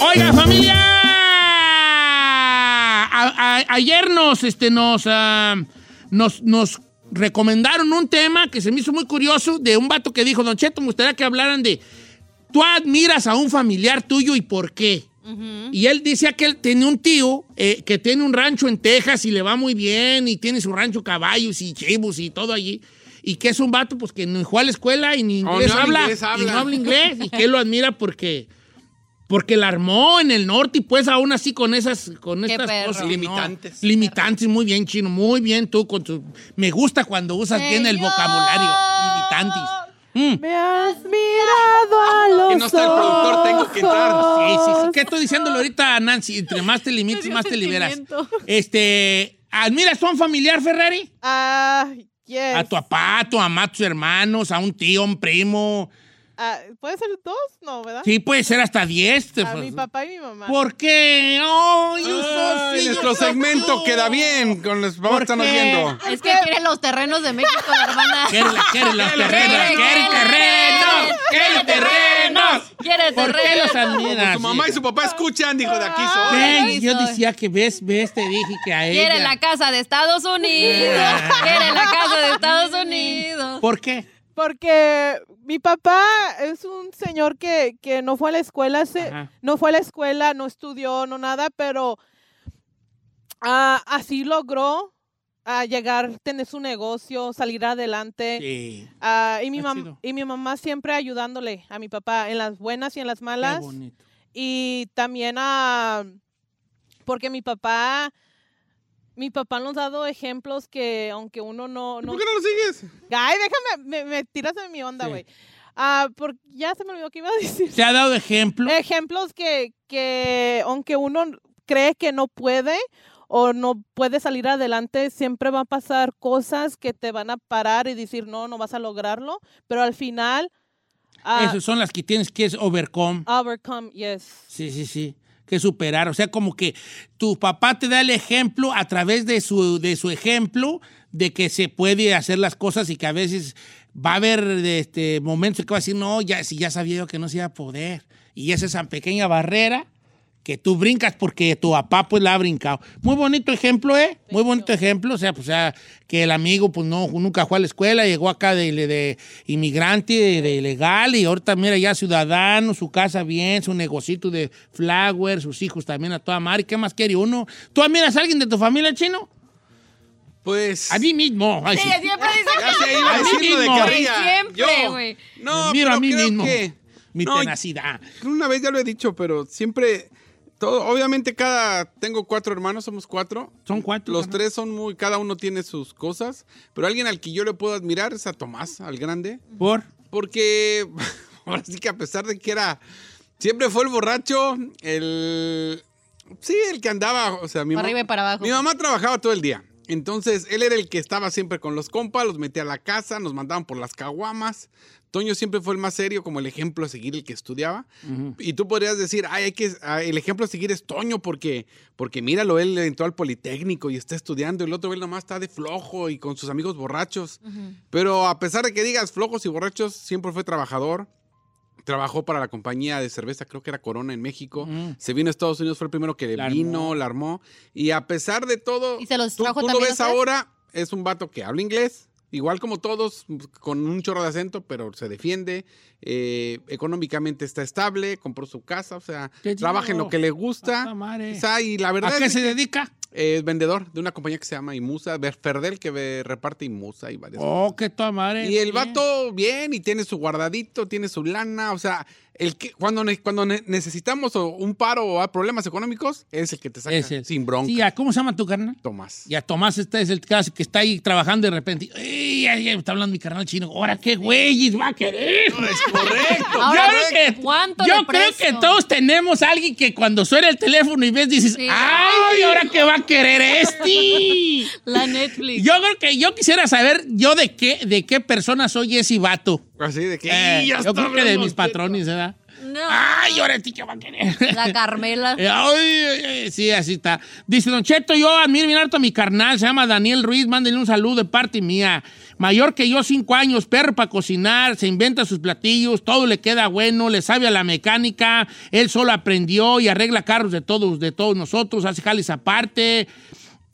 Speaker 1: Oiga, familia. A- a- ayer nos, este, nos, ah, nos, nos recomendaron un tema que se me hizo muy curioso de un vato que dijo, Don Cheto, me gustaría que hablaran de, tú admiras a un familiar tuyo y por qué. Y él decía que él tiene un tío eh, que tiene un rancho en Texas y le va muy bien y tiene su rancho caballos y chivos y todo allí. Y que es un vato pues que no fue a la escuela y ni
Speaker 3: Oh,
Speaker 1: inglés,
Speaker 3: no habla
Speaker 1: habla,
Speaker 3: inglés, habla.
Speaker 1: Y no habla inglés y que él lo admira porque porque la armó en el norte y pues aún así con esas con
Speaker 2: Qué
Speaker 1: estas
Speaker 2: perro.
Speaker 1: cosas ¿no?
Speaker 3: Limitantes.
Speaker 1: limitantes muy bien chino muy bien tú con tu me gusta cuando usas bien el vocabulario limitantes Mm.
Speaker 4: Me has mirado a los
Speaker 3: Y no está el productor, tengo que entrar.
Speaker 1: Sí, sí,
Speaker 4: Oh,
Speaker 1: sí. ¿Qué estoy diciéndolo ahorita, Nancy? Entre más te limites, más te liberas. Este, ¿admiras a un familiar, Ferrari?
Speaker 4: Ah, yes.
Speaker 1: A tu papá, a tu mamá, a tus hermanos, a un tío, un primo.
Speaker 4: Ah, ¿Puede ser dos? No, ¿verdad?
Speaker 1: Sí, puede ser hasta 10.
Speaker 4: A mi papá y mi mamá.
Speaker 1: ¿Por qué? Ay, yo soy-
Speaker 3: Ay,
Speaker 1: sí, yo
Speaker 3: nuestro
Speaker 1: soy
Speaker 3: segmento
Speaker 1: tú.
Speaker 3: queda bien con los vamos a
Speaker 1: ¿Por
Speaker 3: estarnos
Speaker 1: qué?
Speaker 3: viendo.
Speaker 2: Es que quiere los terrenos de México, la hermana.
Speaker 1: Quiere la- quiere los terrenos,
Speaker 2: Quiere
Speaker 1: quiere terrenos, quiere terrenos.
Speaker 2: Quiere
Speaker 1: ¿Por qué los
Speaker 2: terrenos.
Speaker 1: admiras?
Speaker 3: Su mamá y su papá escuchan, dijo de aquí soy.
Speaker 1: Ey, yo
Speaker 2: Ay,
Speaker 1: decía que ves, ves, te dije que a ella.
Speaker 2: Quiere la casa de Estados Unidos. Quiere la casa de Estados Unidos.
Speaker 1: ¿Por qué?
Speaker 4: Porque mi papá es un señor que, que no fue a la escuela, se-
Speaker 1: Ajá.
Speaker 4: no fue a la escuela, no estudió, no nada, pero ah, así logró a llegar, tener su negocio, salir adelante.
Speaker 1: Sí.
Speaker 4: Ah, y, mi
Speaker 1: Está
Speaker 4: mam-
Speaker 1: chido.
Speaker 4: y mi mamá siempre ayudándole a mi papá en las buenas y en las
Speaker 1: Qué
Speaker 4: malas.
Speaker 1: bonito.
Speaker 4: Y también ah, porque mi papá, mi papá nos ha dado ejemplos que aunque uno no... no
Speaker 3: ¿Por qué no lo sigues?
Speaker 4: Ay, déjame, me, me tiras de mi onda,
Speaker 1: Sí.
Speaker 4: güey. Ah, porque ya se me olvidó que iba a decir.
Speaker 1: ¿Te ha dado ejemplo?
Speaker 4: Eh, Ejemplos que, que aunque uno cree que no puede o no puede salir adelante, siempre va a pasar cosas que te van a parar y decir, no, no vas a lograrlo, pero al final... ah,
Speaker 1: Esas son las que tienes que es overcome.
Speaker 4: Overcome, yes.
Speaker 1: Sí, sí, sí. Que superar. O sea, como que tu papá te da el ejemplo a través de su, de su ejemplo de que se puede hacer las cosas y que a veces va a haber este, momentos en que va a decir, no, ya, si ya sabía yo que no se iba a poder. Y es esa pequeña barrera que tú brincas porque tu papá pues la ha brincado. Muy bonito ejemplo, ¿eh? Muy bonito ejemplo. O sea, pues, o sea, que el amigo pues no, nunca fue a la escuela, llegó acá de, de inmigrante, de, de legal y ahorita mira ya ciudadano, su casa bien, su negocito de flower, sus hijos también a toda madre. ¿Qué más quiere uno? ¿Tú admiras a alguien de tu familia chino?
Speaker 3: Pues.
Speaker 1: A mí mismo. Ay, sí.
Speaker 2: Sí, siempre dice
Speaker 3: Ya se iba
Speaker 1: A
Speaker 3: a
Speaker 1: mí
Speaker 3: decir lo de
Speaker 1: mismo.
Speaker 3: carrilla.
Speaker 2: Siempre,
Speaker 3: Yo.
Speaker 2: güey.
Speaker 1: Miro
Speaker 3: No, pero
Speaker 1: a mí
Speaker 3: creo
Speaker 1: mismo.
Speaker 3: que-
Speaker 1: Mi
Speaker 3: no,
Speaker 1: tenacidad.
Speaker 3: Una vez ya lo he dicho, pero siempre. Todo, obviamente, cada. Tengo cuatro hermanos, somos cuatro.
Speaker 1: Son cuatro.
Speaker 3: Los
Speaker 1: carnal.
Speaker 3: tres son muy. Cada uno tiene sus cosas. Pero alguien al que yo le puedo admirar es a Tomás, al grande.
Speaker 1: Por.
Speaker 3: Porque. Ahora sí que a pesar de que era. Siempre fue el borracho, el. Sí, el que andaba. O sea, mi
Speaker 2: Para
Speaker 3: ma-
Speaker 2: arriba y para abajo.
Speaker 3: mi mamá trabajaba todo el día. Entonces, él era el que estaba siempre con los compas, los metía a la casa, nos mandaban por las caguamas. Toño siempre fue el más serio, como el ejemplo a seguir, el que estudiaba. Y tú podrías decir, ay, hay que, ah, el ejemplo a seguir es Toño, porque, porque míralo, él entró al Politécnico y está estudiando, y el otro él nomás está de flojo y con sus amigos borrachos. Pero a pesar de que digas flojos y borrachos, siempre fue trabajador. Trabajó para la compañía de cerveza, creo que era Corona en México.
Speaker 1: Mm.
Speaker 3: Se vino a Estados Unidos, fue el primero que
Speaker 1: La
Speaker 3: vino,
Speaker 1: armó.
Speaker 3: la armó. Y a pesar de todo,
Speaker 2: Y se los
Speaker 3: tú,
Speaker 2: trajo
Speaker 3: tú lo
Speaker 2: también
Speaker 3: ves
Speaker 2: otra vez.
Speaker 3: ahora, es un vato que habla inglés, igual como todos, con un chorro de acento, pero se defiende, eh, económicamente está estable, compró su casa, o sea,
Speaker 1: Qué
Speaker 3: trabaja en
Speaker 1: chido.
Speaker 3: lo que le gusta.
Speaker 1: Ah, madre.
Speaker 3: O sea, y la verdad
Speaker 1: ¿A qué
Speaker 3: es
Speaker 1: se
Speaker 3: que
Speaker 1: dedica?
Speaker 3: es vendedor de una compañía que se llama Imusa, Ver- Ferdel, que ve- reparte Imusa y varias
Speaker 1: Oh, qué toda madre.
Speaker 3: y el
Speaker 1: Bien.
Speaker 3: vato bien y tiene su guardadito, tiene su lana, o sea, el que cuando, ne- cuando ne- necesitamos o un paro o hay problemas económicos, es el que te saca
Speaker 1: Es el-
Speaker 3: sin bronca.
Speaker 1: Sí, ¿a ¿Cómo se llama tu carnal?
Speaker 3: Tomás.
Speaker 1: Y a Tomás este es el caso que está ahí trabajando y de repente. ¡Ey, ay, ay, está hablando mi carnal chino! ¡Ahora qué güey! ¡Va a querer!
Speaker 3: Es correcto.
Speaker 2: Ahora,
Speaker 1: yo creo que,
Speaker 2: ¿cuánto
Speaker 1: yo
Speaker 2: le
Speaker 1: creo que
Speaker 2: presto?
Speaker 1: todos tenemos a alguien que cuando suena el teléfono y ves dices,
Speaker 2: Sí.
Speaker 1: ¡ay, ahora qué va a querer este!
Speaker 2: La Netflix.
Speaker 1: yo creo que yo quisiera saber yo de qué, de qué persona soy ese vato.
Speaker 3: Así de que.
Speaker 1: Eh,
Speaker 3: "Y ya
Speaker 1: yo
Speaker 3: está
Speaker 1: creo que de
Speaker 3: hablando
Speaker 1: mis
Speaker 3: usted".
Speaker 1: patrones, ¿verdad?
Speaker 2: No.
Speaker 1: ¡Ay, ahora ti qué va a querer!
Speaker 2: La Carmela.
Speaker 1: Eh, ay, ay, ay, sí, así está. Dice Don Cheto, yo admiro bien harto a mi carnal, se llama Daniel Ruiz, mándenle un saludo de parte mía. Mayor que yo, cinco años, perro para cocinar, se inventa sus platillos, todo le queda bueno, le sabe a la mecánica, él solo aprendió y arregla carros de todos, de todos nosotros, hace jales aparte.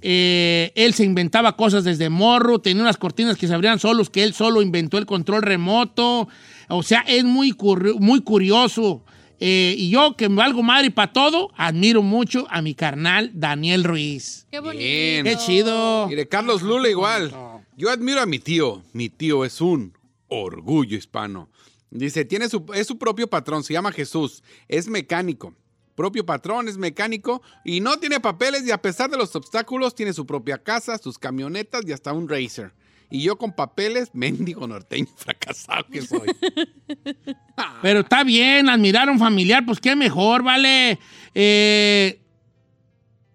Speaker 1: Eh, él se inventaba cosas desde morro, tenía unas cortinas que se abrían solos, que él solo inventó el control remoto. O sea, es muy, curri- muy curioso. Eh, y yo, que me valgo madre para todo, admiro mucho a mi carnal Daniel Ruiz.
Speaker 2: Qué bonito.
Speaker 3: Bien.
Speaker 1: ¡Qué chido!
Speaker 3: Y de Carlos Lula igual. Yo admiro a mi tío. Mi tío es un orgullo hispano. Dice, tiene su, es su propio patrón, se llama Jesús. Es mecánico. Propio patrón, es mecánico y no tiene papeles y a pesar de los obstáculos tiene su propia casa, sus camionetas y hasta un racer. Y yo con papeles, mendigo norteño fracasado que soy.
Speaker 1: Pero está bien, admirar a un familiar, pues qué mejor, ¿vale? Eh,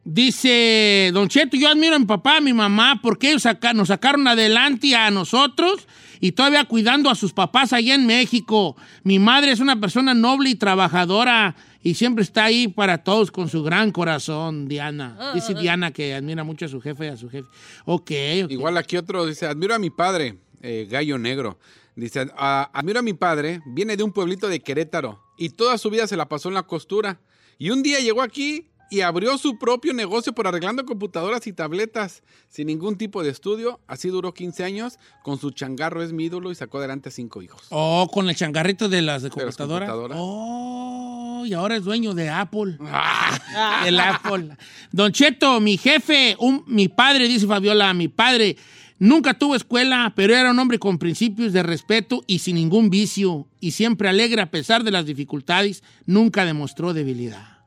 Speaker 1: dice Don Cheto, yo admiro a mi papá, a mi mamá, porque ellos saca- nos sacaron adelante a nosotros y todavía cuidando a sus papás allá en México. Mi madre es una persona noble y trabajadora y siempre está ahí para todos con su gran corazón, Diana. Dice Diana que admira mucho a su jefe y a su jefe. Ok, ok.
Speaker 3: Igual aquí otro dice, admiro a mi padre, eh, Gallo Negro. Dice, "Ah, admiro a mi padre, viene de un pueblito de Querétaro y toda su vida se la pasó en la costura. Y un día llegó aquí y abrió su propio negocio por arreglando computadoras y tabletas sin ningún tipo de estudio. Así duró 15 años, con su changarro es mi ídolo y sacó adelante a cinco hijos.
Speaker 1: Oh, con el changarrito de las de
Speaker 3: De las
Speaker 1: computadoras.
Speaker 3: computadoras.
Speaker 1: Oh, y ahora es dueño de Apple.
Speaker 3: Ah.
Speaker 1: El Apple. Don Cheto, mi jefe, un- mi padre, dice Fabiola, mi padre nunca tuvo escuela, pero era un hombre con principios de respeto y sin ningún vicio, y siempre alegre a pesar de las dificultades, nunca demostró debilidad.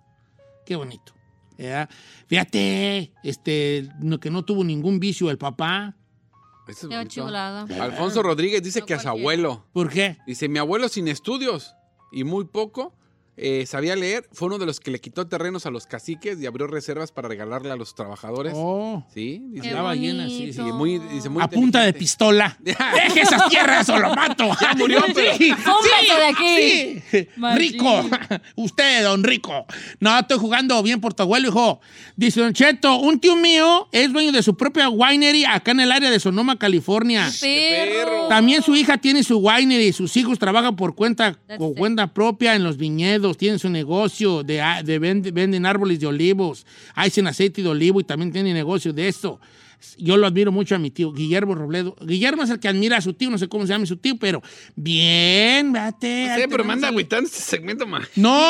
Speaker 1: Qué bonito. ¿verdad? Fíjate, este, no- que no tuvo ningún vicio el papá.
Speaker 3: Ese es
Speaker 2: Qué
Speaker 3: bonito.
Speaker 2: chulada.
Speaker 3: Alfonso Rodríguez dice
Speaker 2: No
Speaker 3: que a su
Speaker 2: cualquiera.
Speaker 3: abuelo.
Speaker 1: ¿Por qué?
Speaker 3: Dice, mi abuelo sin estudios y muy poco eh, sabía leer, fue uno de los que le quitó terrenos a los caciques y abrió reservas para regalarle a los trabajadores.
Speaker 1: Oh,
Speaker 3: Sí, dice,
Speaker 2: Qué
Speaker 1: estaba llena, sí, sí.
Speaker 3: y muy, dice, muy
Speaker 1: a punta de
Speaker 3: inteligente.
Speaker 1: pistola. Deje esas tierras o lo mato.
Speaker 3: Ya murió, pero-
Speaker 1: Sí,
Speaker 2: Póngase de aquí.
Speaker 1: sí.
Speaker 2: Machín.
Speaker 1: Rico. Usted, don Rico. No, estoy jugando bien por tu abuelo, hijo. Dice Don Cheto, un tío mío es dueño de su propia winery acá en el área de Sonoma, California. Este
Speaker 2: Perro.
Speaker 1: También su hija tiene su winery, sus hijos trabajan por cuenta,
Speaker 2: That's
Speaker 1: con
Speaker 2: it.
Speaker 1: cuenta propia en los viñedos, tienen su negocio, de, a- de vende- venden árboles de olivos, hacen aceite de olivo y también tienen negocio de eso. Yo lo admiro mucho a mi tío, Guillermo Robledo. Guillermo es el que admira a su tío, no sé cómo se llama su tío, pero bien, vete.
Speaker 3: No sé,
Speaker 1: ahí te
Speaker 3: pero
Speaker 1: vamos
Speaker 3: manda
Speaker 1: a-
Speaker 3: agüitando este segmento, ma.
Speaker 1: no,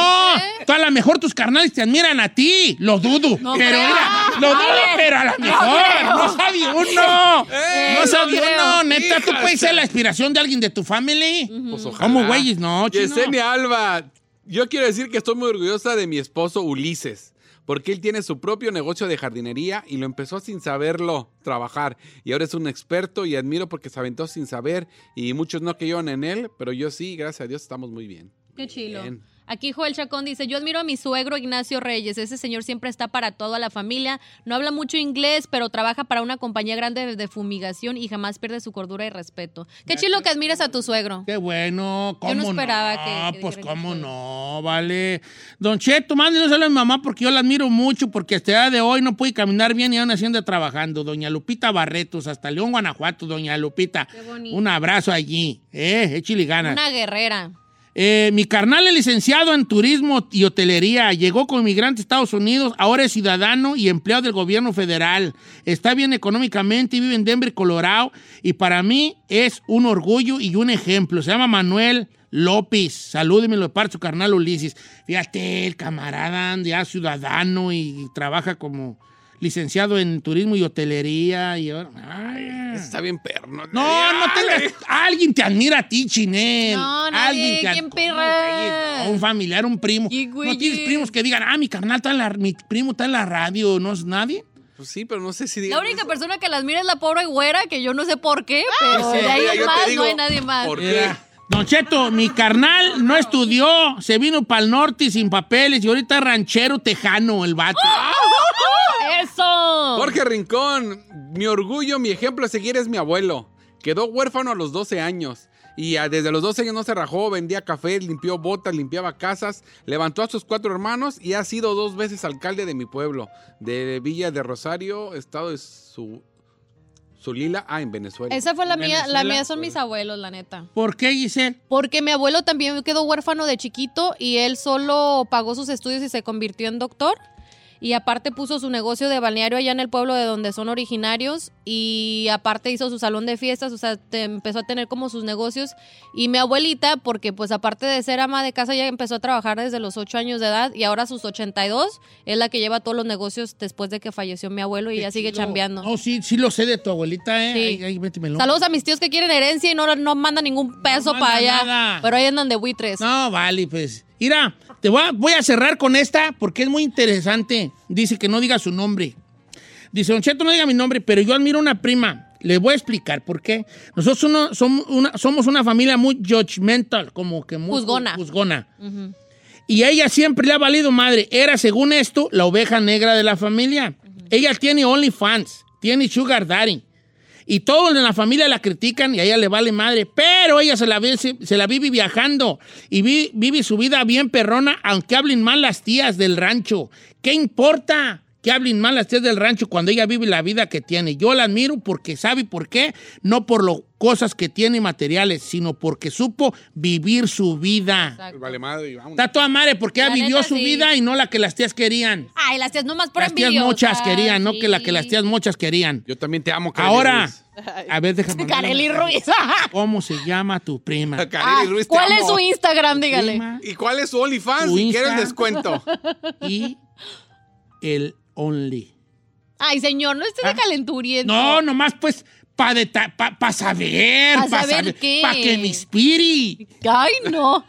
Speaker 1: tú a lo mejor tus carnales te admiran a ti. Lo dudo.
Speaker 2: No
Speaker 1: pero
Speaker 2: creo.
Speaker 1: mira, lo
Speaker 2: A
Speaker 1: dudo,
Speaker 2: ver,
Speaker 1: pero a lo mejor.
Speaker 2: creo. Eh,
Speaker 1: No, sabe uno. no
Speaker 2: no
Speaker 1: sabe
Speaker 2: creo.
Speaker 1: uno. Neta, tú
Speaker 3: Hija
Speaker 1: puedes
Speaker 3: esa.
Speaker 1: ser la inspiración de alguien de tu family.
Speaker 3: Pues ojalá.
Speaker 1: ¿Cómo, güeyes? No, chino.
Speaker 3: Yesenia Alba, yo quiero decir que estoy muy orgullosa de mi esposo Ulises, porque él tiene su propio negocio de jardinería y lo empezó sin saberlo trabajar. Y ahora es un experto y admiro porque se aventó sin saber y muchos no creyeron en él, pero yo sí, gracias a Dios, estamos muy bien.
Speaker 2: Qué chilo.
Speaker 3: Bien.
Speaker 2: Aquí Joel Chacón dice, yo admiro a mi suegro Ignacio Reyes, ese señor siempre está para toda la familia, no habla mucho inglés, pero trabaja para una compañía grande de- de fumigación y jamás pierde su cordura y respeto. Qué chilo que admiras a tu suegro.
Speaker 1: Qué bueno, cómo
Speaker 2: Yo no esperaba
Speaker 1: no?
Speaker 2: que- que
Speaker 1: pues
Speaker 2: dijeran
Speaker 1: cómo
Speaker 2: eso.
Speaker 1: no, vale. Don Cheto, mándenos a mi mamá porque yo la admiro mucho, porque hasta el día de hoy no pude caminar bien y aún así anda trabajando. Doña Lupita Barretos, hasta León, Guanajuato, doña Lupita.
Speaker 2: Qué bonito.
Speaker 1: Un abrazo allí, eh, échale ganas.
Speaker 2: Una guerrera.
Speaker 1: Eh, mi carnal, el licenciado en turismo y hotelería, llegó con inmigrante a Estados Unidos, ahora es ciudadano y empleado del gobierno federal. Está bien económicamente y vive en Denver, Colorado. Y para mí es un orgullo y un ejemplo. Se llama Manuel López. Salúdeme, lo par su carnal Ulises. Fíjate, el camarada, ya ciudadano y trabaja como licenciado en turismo y hotelería. Y ahora- Ay,
Speaker 2: Mm.
Speaker 1: eh.
Speaker 3: Está bien perno.
Speaker 1: No, no tengas. Alguien te admira a ti, Chinel.
Speaker 2: No, nadie,
Speaker 1: Alguien te ad-
Speaker 2: ¿quién
Speaker 1: ¿Cómo,
Speaker 2: perra?
Speaker 1: güey? No, Un familiar, un primo.
Speaker 2: ¿Qué, güey?
Speaker 1: No tienes primos que digan, ah, mi carnal está en la, mi primo está en la radio, no es nadie.
Speaker 3: Pues sí, pero no sé si diga.
Speaker 2: La única persona que las mira es la pobre güera, que yo no sé por qué, pero
Speaker 3: Ah. sí,
Speaker 2: de
Speaker 3: mira,
Speaker 2: ahí
Speaker 3: yo
Speaker 2: en
Speaker 3: te
Speaker 2: más
Speaker 3: digo,
Speaker 2: no hay nadie más.
Speaker 3: ¿por qué?
Speaker 1: Era, Don Cheto, mi carnal no estudió, se vino para el norte sin papeles y ahorita es ranchero tejano el vato.
Speaker 2: ¡Ah! ¡Eso!
Speaker 3: Jorge Rincón, mi orgullo, mi ejemplo a seguir es mi abuelo. Quedó huérfano a los 12 años. Y ah, desde los 12 años no se rajó, vendía café, limpió botas, limpiaba casas, levantó a sus cuatro hermanos y ha sido dos veces alcalde de mi pueblo, de Villa de Rosario, estado de su, Zulila, ah, en Venezuela. pues,
Speaker 2: Esa fue la mía,
Speaker 1: Venezuela.
Speaker 2: la mía son mis abuelos, la neta.
Speaker 1: ¿Por qué, Giselle?
Speaker 2: Porque mi abuelo también quedó huérfano de chiquito y él solo pagó sus estudios y se convirtió en doctor. Y aparte puso su negocio de balneario allá en el pueblo de donde son originarios. Y aparte hizo su salón de fiestas, o sea, te- empezó a tener como sus negocios. Y mi abuelita, porque pues aparte de ser ama de casa, ya empezó a trabajar desde los 8 años de edad y ahora a sus 82 es la que lleva todos los negocios después de que falleció mi abuelo y ya sigue chambeando.
Speaker 1: No, oh, sí, sí lo sé de tu abuelita, ¿eh?
Speaker 2: Sí.
Speaker 1: Ahí, ahí, métemelo.
Speaker 2: Saludos a mis tíos que quieren herencia y no, no mandan ningún peso
Speaker 1: manda
Speaker 2: para allá.
Speaker 1: nada.
Speaker 2: Pero ahí andan de buitres.
Speaker 1: No, vale, pues. Mira, te voy a, voy a cerrar con esta porque es muy interesante. Dice que no diga su nombre. Dice, Don Cheto, no diga mi nombre, pero yo admiro a una prima. Le voy a explicar por qué. Nosotros uno- som- una- somos una familia muy judgmental, como que muy
Speaker 2: Juzgona.
Speaker 1: juzgona.
Speaker 2: Ujú.
Speaker 1: Y ella siempre le ha valido madre. Era, según esto, la oveja negra de la familia. Ella tiene OnlyFans, tiene Sugar Daddy. Y todos en la familia la critican y a ella le vale madre. Pero ella se la, ve- se, se la vive viajando y vi- vive su vida bien perrona, aunque hablen mal las tías del rancho. ¿Qué importa que hablen mal las tías del rancho cuando ella vive la vida que tiene? Yo la admiro porque sabe por qué, no por las cosas que tiene materiales, sino porque supo vivir su vida.
Speaker 2: Exacto.
Speaker 3: pues, Vale madre, y vámonos.
Speaker 1: Está toda madre porque ella
Speaker 2: La
Speaker 1: vivió
Speaker 2: neta,
Speaker 1: su
Speaker 2: sí.
Speaker 1: vida y no la que las tías querían.
Speaker 2: Ay, las tías nomás por
Speaker 1: Las tías
Speaker 2: envidiosas,
Speaker 1: muchas querían, no que la
Speaker 2: sí.
Speaker 1: que las tías muchas querían.
Speaker 3: Yo también te amo, Kareli
Speaker 1: Ahora,
Speaker 3: Ruiz.
Speaker 1: a ver, déjame. mandarle
Speaker 2: Kareli
Speaker 1: un mensaje.
Speaker 2: Ruiz.
Speaker 1: ¿Cómo se llama tu prima?
Speaker 3: Kareli
Speaker 2: Ah,
Speaker 3: Ruiz, te
Speaker 2: ¿Cuál
Speaker 3: amo.
Speaker 2: es su Instagram? Dígale.
Speaker 1: Prima
Speaker 3: ¿Y cuál es su OnlyFans?
Speaker 1: Su
Speaker 3: Si quieres
Speaker 1: Insta.
Speaker 3: descuento.
Speaker 1: y el Only.
Speaker 2: Ay, señor, no esté de calenturiento.
Speaker 1: Ah. No, nomás pues para pa, pa saber.
Speaker 2: ¿Pa
Speaker 1: Para
Speaker 2: saber
Speaker 1: saber
Speaker 2: qué?
Speaker 1: Para que me inspire.
Speaker 2: Ay, no.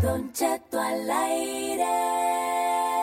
Speaker 6: Don Cheto al aire.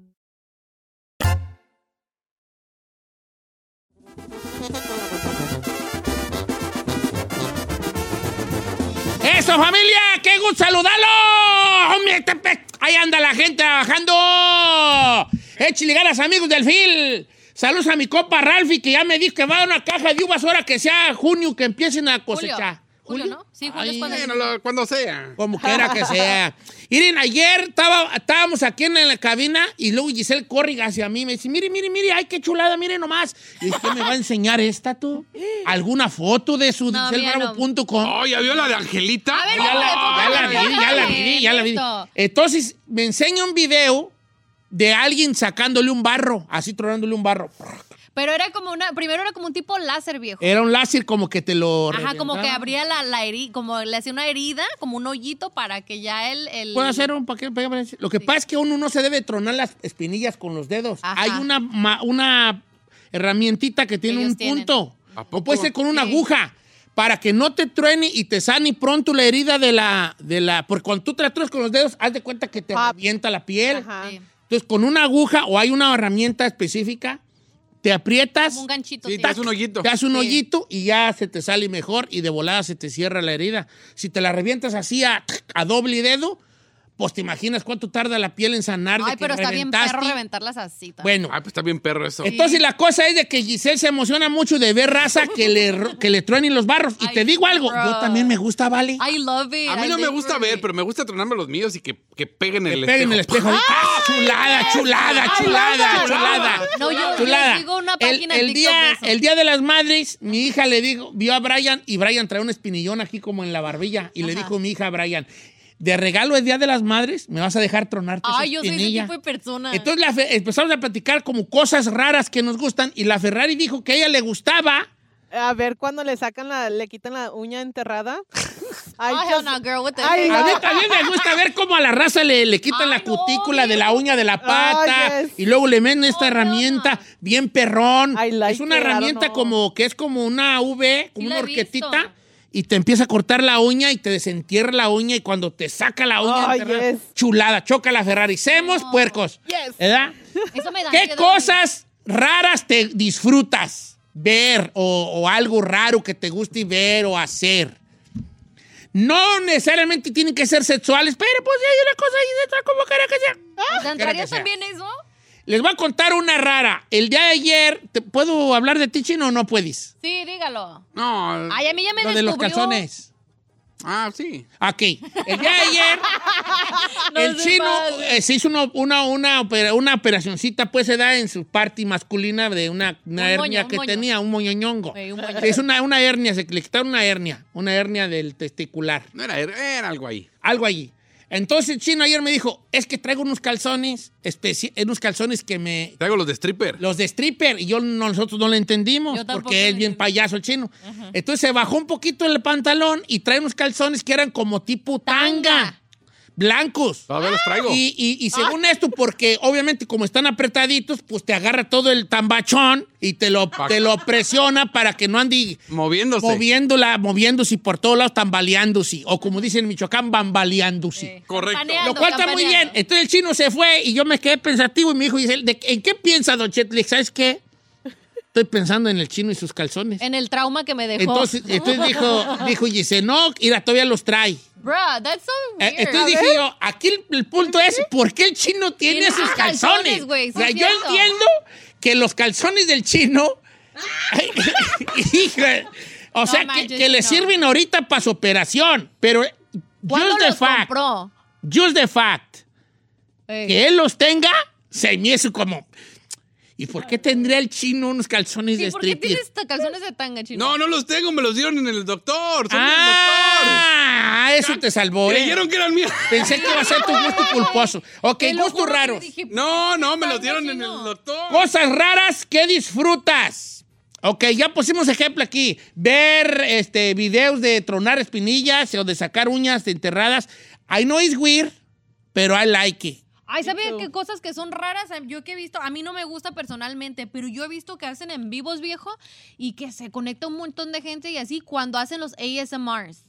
Speaker 1: ¡Eso, familia! ¡Qué gusto saludarlo! ¡Hombre, este pe- Ahí anda la gente trabajando. Échale ganas, amigos del FIL. Saludos a mi copa Ralfi, que Pues ya me dijo que va a dar una caja de uvas ahora que sea junio que empiecen a cosechar.
Speaker 2: Julio. julio, ¿no? Sí, julio es cuando...
Speaker 3: Ah, cuando sea.
Speaker 1: Como quiera que sea. Miren, ayer estaba, estábamos aquí en la cabina y luego Giselle corre hacia mí y me dice, mire, mire, mire, ay, qué chulada, mire nomás. Y dije, ¿qué me va a enseñar esta tú? ¿Alguna foto de su
Speaker 2: No,
Speaker 1: GiselleBravo.com?
Speaker 3: Oh, ¿ya vio la de Angelita?
Speaker 2: A ver,
Speaker 1: Ya la, ya
Speaker 2: póngale,
Speaker 1: la vi, ya la vi, ya la vi.
Speaker 2: listo.
Speaker 1: Entonces, me enseña un video de alguien sacándole un barro, así tronándole un barro.
Speaker 2: Pero era como una... Primero era como un tipo láser, viejo.
Speaker 1: Era un láser como que te lo...
Speaker 2: Ajá, como que
Speaker 1: reventaba.
Speaker 2: abría la, la herida, como le hacía una herida, como un hoyito para que ya el... el...
Speaker 1: Puedo hacer un paquete. paquete- Lo que pasa es que uno no se debe tronar las espinillas con los dedos.
Speaker 2: Ajá.
Speaker 1: Hay una, ma- una herramientita que tiene
Speaker 2: Ellos
Speaker 1: un
Speaker 2: tienen.
Speaker 1: punto. Puede ser con una aguja. Para que no te truene y te sane pronto la herida de la, de la. Porque cuando tú te la truenas con los dedos, haz de cuenta que te avienta la piel. Entonces, con una aguja o hay una herramienta específica, te aprietas.
Speaker 2: Como un ganchito.
Speaker 1: tac, Te hace un hoyito y ya se te sale mejor y de volada se te cierra la herida. Si te la revientas así a, a doble dedo, pues te imaginas cuánto tarda la piel en sanar. de
Speaker 2: Ay,
Speaker 1: que
Speaker 2: pero está bien
Speaker 1: reventaste.
Speaker 2: perro reventarlas así. también.
Speaker 1: Bueno.
Speaker 3: Ay, pues está bien perro eso.
Speaker 1: Entonces la cosa es de que Giselle se emociona mucho de ver raza que le, ro- que le truenen los barros. Y te digo algo, yo también me gusta, ¿vale?
Speaker 2: I love it.
Speaker 3: A mí
Speaker 2: I
Speaker 3: no me
Speaker 2: live
Speaker 3: gusta
Speaker 2: for it.
Speaker 3: ver, pero me gusta tronarme los míos y que, que peguen el espejo.
Speaker 1: Peguen el espejo. ¡Ah, chulada, chulada,
Speaker 3: Ay,
Speaker 1: chulada,
Speaker 3: nada,
Speaker 1: chulada!
Speaker 3: nada. No, yo- yo
Speaker 1: Chulada.
Speaker 2: sigo una
Speaker 1: El-
Speaker 2: página en
Speaker 1: el,
Speaker 2: TikTok de
Speaker 1: día,
Speaker 2: eso.
Speaker 1: el día de las madres, mi hija le dijo, vio a Brian y Brian trae un espinillón aquí como en la barbilla y le dijo mi hija a Brian, de regalo el día de las madres, me vas a dejar tronarte esa
Speaker 2: Ay, yo soy ese
Speaker 1: espinilla".
Speaker 2: tipo de persona.
Speaker 1: Entonces la Fe- empezamos a platicar como cosas raras que nos gustan y la Ferrari dijo que a ella le gustaba.
Speaker 4: A ver cuando le sacan la, le quitan la uña enterrada. Ay,
Speaker 2: Oh, hell no, girl, what the
Speaker 4: Ay,
Speaker 2: heck?
Speaker 1: A mí también me gusta ver cómo a la raza le, le quitan la cutícula de la uña de la pata
Speaker 4: Ay, yes.
Speaker 1: y luego le meten esta herramienta bien perrón.
Speaker 4: like
Speaker 1: es una
Speaker 4: it, I don't
Speaker 1: herramienta
Speaker 4: know.
Speaker 1: como que es como una V, como
Speaker 2: la
Speaker 1: una
Speaker 2: he visto.
Speaker 1: horquetita y te empieza a cortar la uña y te desentierra la uña y cuando te saca la uña
Speaker 4: Ay,
Speaker 1: enterrada,
Speaker 4: yes.
Speaker 1: chulada, choca la Ferrari. Semos puercos.
Speaker 4: Yes.
Speaker 1: ¿Verdad?
Speaker 2: Eso me da
Speaker 1: ¿Qué
Speaker 2: miedo.
Speaker 1: cosas raras te disfrutas ver o, o algo raro que te guste ver o hacer? No necesariamente tienen que ser sexuales, pero pues hay una cosa y otra como quiera que sea.
Speaker 2: ¿Te
Speaker 1: Quiera que
Speaker 2: entrarías
Speaker 1: sea.
Speaker 2: también eso?
Speaker 1: Les voy a contar una rara. El día de ayer, ¿te ¿puedo hablar de ti, Chino, o no puedes?
Speaker 2: Sí, dígalo.
Speaker 3: No.
Speaker 2: Ay, a mí ya me
Speaker 1: Mm. Lo
Speaker 2: descubrió.
Speaker 1: de los calzones.
Speaker 3: Ah, sí.
Speaker 1: Aquí. El día de ayer, el
Speaker 2: se
Speaker 1: chino
Speaker 2: pase.
Speaker 1: eh, se hizo una, una, una, opera- una operacioncita, pues se da en su parte masculina de una, una
Speaker 2: Un
Speaker 1: hernia
Speaker 2: moño, un
Speaker 1: que
Speaker 2: moño.
Speaker 1: tenía, un moñoñongo.
Speaker 2: Ey, un moño.
Speaker 1: Es una, una hernia, se le quitaron una hernia, una hernia del testicular,
Speaker 3: No era, era, era algo ahí.
Speaker 1: algo allí. Entonces el chino ayer me dijo, es que traigo unos calzones, especi- unos calzones que me...
Speaker 3: Traigo los de stripper.
Speaker 1: Los de stripper, y yo no- nosotros no lo entendimos,
Speaker 2: Yo tampoco
Speaker 1: porque
Speaker 2: lo
Speaker 1: es bien
Speaker 2: entendí.
Speaker 1: payaso el chino. Entonces se bajó un poquito el pantalón y trae unos calzones que eran como tipo tanga.
Speaker 2: Tanga.
Speaker 1: blancos.
Speaker 3: Todavía los traigo.
Speaker 1: Y, y- y según esto, porque obviamente como están apretaditos, pues te agarra todo el tambachón y te lo, te lo presiona para que no ande
Speaker 3: Moviéndose.
Speaker 1: moviéndola, moviéndose por todos lados, tambaleándose. O como dicen en Michoacán, bambaleándose.
Speaker 3: Correcto.
Speaker 2: Paneando,
Speaker 1: Lo cual está muy bien.
Speaker 2: campaneando.
Speaker 1: Entonces el chino se fue y yo me quedé pensativo y me dijo, Giselle, ¿de- ¿en qué piensa Don Cheto? Le dije, ¿sabes qué? Estoy pensando en el chino y sus calzones.
Speaker 2: En el trauma que me dejó.
Speaker 1: Entonces, eh, entonces dijo, dijo Giselle, no, mira, todavía los trae.
Speaker 2: Bruh, that's so
Speaker 1: Eh,
Speaker 2: weird.
Speaker 1: Entonces dije yo, aquí el, el punto es, ¿por qué el chino tiene
Speaker 2: Tiene
Speaker 1: sus
Speaker 2: sus
Speaker 1: calzones?
Speaker 2: calzones, güey,
Speaker 1: o sea,
Speaker 2: sí es
Speaker 1: yo
Speaker 2: cierto.
Speaker 1: entiendo que los calzones del chino, hijo, o
Speaker 2: No
Speaker 1: sea, que,
Speaker 2: manches,
Speaker 1: que le
Speaker 2: no.
Speaker 1: sirven ahorita para su operación, pero eh,
Speaker 2: ¿Cuándo
Speaker 1: just the
Speaker 2: los
Speaker 1: fact,
Speaker 2: compró? Eh,
Speaker 1: just the fact,
Speaker 2: Ey.
Speaker 1: que él los tenga, se me hizo como, ¿y por qué tendría el chino unos calzones de
Speaker 2: Sí, ¿por qué
Speaker 1: striptease?
Speaker 2: tienes t- calzones de tanga, chino?
Speaker 3: No, no los tengo, me los dieron en el doctor. Son del doctor.
Speaker 1: Ah, eso te salvó, eh.
Speaker 3: Creyeron que eran míos.
Speaker 1: Pensé que iba a ser tu gusto culposo. Ok,
Speaker 2: Te lo
Speaker 1: gustos
Speaker 2: juro que
Speaker 1: raros.
Speaker 2: dije,
Speaker 3: No, no, me los
Speaker 2: Tanga,
Speaker 3: dieron en
Speaker 2: chino.
Speaker 3: el doctor.
Speaker 1: Cosas raras que disfrutas. Ok, ya pusimos ejemplo aquí. Ver este, videos de tronar espinillas o de sacar uñas enterradas. I know it's weird, pero I like it.
Speaker 2: Ay, ¿saben qué cosas que son raras? Yo que he visto, a mí no me gusta personalmente, pero yo he visto que hacen en vivos, viejo, y que se conecta un montón de gente y así cuando hacen los ASMRs.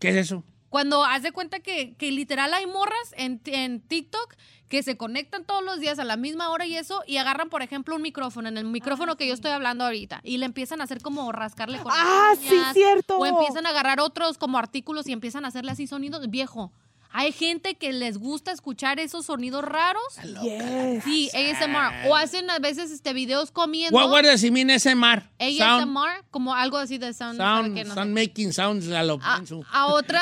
Speaker 1: ¿Qué es eso?
Speaker 2: Cuando haz de cuenta que, que literal hay morras en, en TikTok que se conectan todos los días a la misma hora y eso, y agarran, por ejemplo, un micrófono, en el micrófono que yo estoy hablando ahorita, y le empiezan a hacer como rascarle con las
Speaker 4: Ah, sí,
Speaker 2: uñas,
Speaker 4: cierto.
Speaker 2: O empiezan a agarrar otros como artículos y empiezan a hacerle así sonidos, viejo. Hay gente que les gusta escuchar esos sonidos raros. Sí, ASMR. O hacen a veces este videos comiendo.
Speaker 1: What, what does it mean ASMR?
Speaker 2: ASMR,
Speaker 1: Sound,
Speaker 2: como algo así de sound.
Speaker 1: sound,
Speaker 2: que Ah, no sé.
Speaker 1: sound making sounds a lo menso.
Speaker 2: A otra.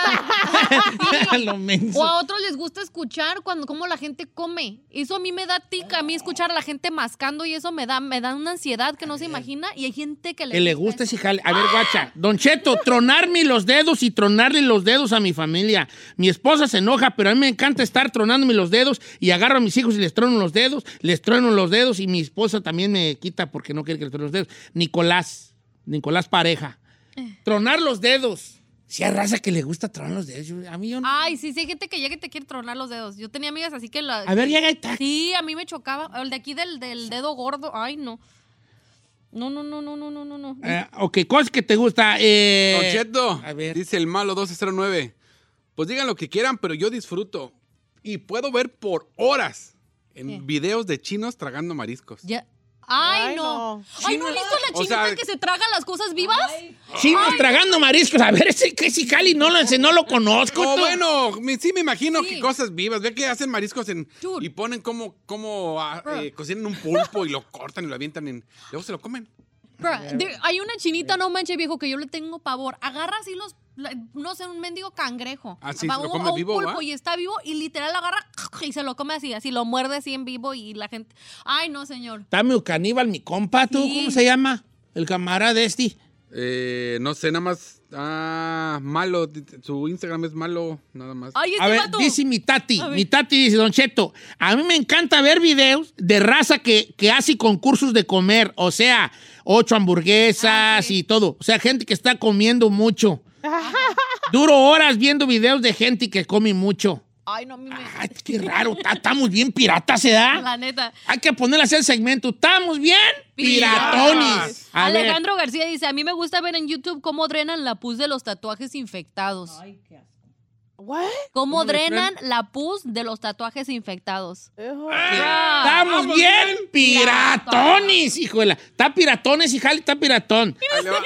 Speaker 1: A lo menso.
Speaker 2: O a otros les gusta escuchar cuando cómo la gente come. Eso a mí me da tica, a mí escuchar a la gente mascando y eso me da me da una ansiedad que no se imagina y hay gente que le
Speaker 1: Eh. Que le gusta ese jale. A ver, guacha. Don Cheto, tronarme los dedos y tronarle los dedos a mi familia. Mi esposa se enoja, pero a mí me encanta estar tronándome los dedos y agarro a mis hijos y les trono los dedos, les trueno los dedos y mi esposa también me quita porque no quiere que le truene los dedos. Nicolás, Nicolás Pareja. Tronar los dedos. Si hay raza que le gusta tronar los dedos. yo- A mí yo no.
Speaker 2: Ay, sí, sí, hay gente que llega y te quiere tronar los dedos. Yo tenía amigas así que la.
Speaker 1: A ver, llega y tac.
Speaker 2: Sí, a mí me chocaba. El de aquí del, del dedo gordo. Ay, no. No, no, no, no, no, no, no, no.
Speaker 1: Eh, ok, cosas que te gusta. Eh,
Speaker 3: Don Cheto, dice el malo 1209. Pues digan lo que quieran, pero yo disfruto. Y puedo ver por horas en
Speaker 2: ¿Qué?
Speaker 3: videos de chinos tragando mariscos.
Speaker 2: Ya- Ay,
Speaker 4: Ay,
Speaker 2: no. Ay, ¿no has visto la
Speaker 3: O
Speaker 2: chinita
Speaker 3: sea-
Speaker 2: que se traga las cosas vivas?
Speaker 1: Chinos
Speaker 2: Ay,
Speaker 1: tragando mariscos. A ver, ese que si Cali no lo, no lo conozco.
Speaker 3: No,
Speaker 1: tú.
Speaker 3: bueno, me- sí me imagino que cosas vivas. Ve que hacen mariscos en, y ponen como, como ah, eh, cocinan un pulpo y lo cortan y lo avientan en... Luego se lo comen.
Speaker 2: Bruh, there- hay una chinita, no manches, viejo, que yo le tengo pavor. Agarra así los, la- no sé, un mendigo cangrejo.
Speaker 3: Ah, sí,
Speaker 2: Va
Speaker 3: se lo
Speaker 2: un-
Speaker 3: come
Speaker 2: a un
Speaker 3: vivo,
Speaker 2: pulpo
Speaker 3: ¿va?
Speaker 2: y está vivo y literal agarra y se lo come así, así lo muerde así en vivo y la gente... Ay, no, señor.
Speaker 1: Está medio caníbal, mi compa, ¿tú?
Speaker 2: Sí.
Speaker 1: ¿Cómo se llama? El camarada este.
Speaker 3: Eh, no sé, nada más... Ah, malo. Su Instagram es malo, nada más.
Speaker 2: este
Speaker 1: a ver, dice mi tati,
Speaker 3: A ver.
Speaker 1: mi tati dice, Don Cheto, a mí me encanta ver videos de raza que, que hace concursos de comer, o sea, ocho hamburguesas
Speaker 2: Ah,
Speaker 1: y todo, o sea, gente que está comiendo mucho. Duro horas viendo videos de gente que come mucho.
Speaker 2: Ay, no, a mí me...
Speaker 1: Ay, qué raro, ta- estamos bien piratas, ¿eh? ¿se da?
Speaker 2: La neta.
Speaker 1: Hay que poner a hacer segmento, estamos bien piratones. A ver.
Speaker 2: Alejandro García dice, a mí me gusta ver en YouTube cómo drenan la pus de los tatuajes infectados. Ay, qué asco. ¿Cómo,
Speaker 1: ¿Cómo
Speaker 2: drenan
Speaker 1: drenan?
Speaker 2: la pus de los tatuajes infectados?
Speaker 1: Estamos bien piratones, hijuela. Está piratones, hijal, está piratón.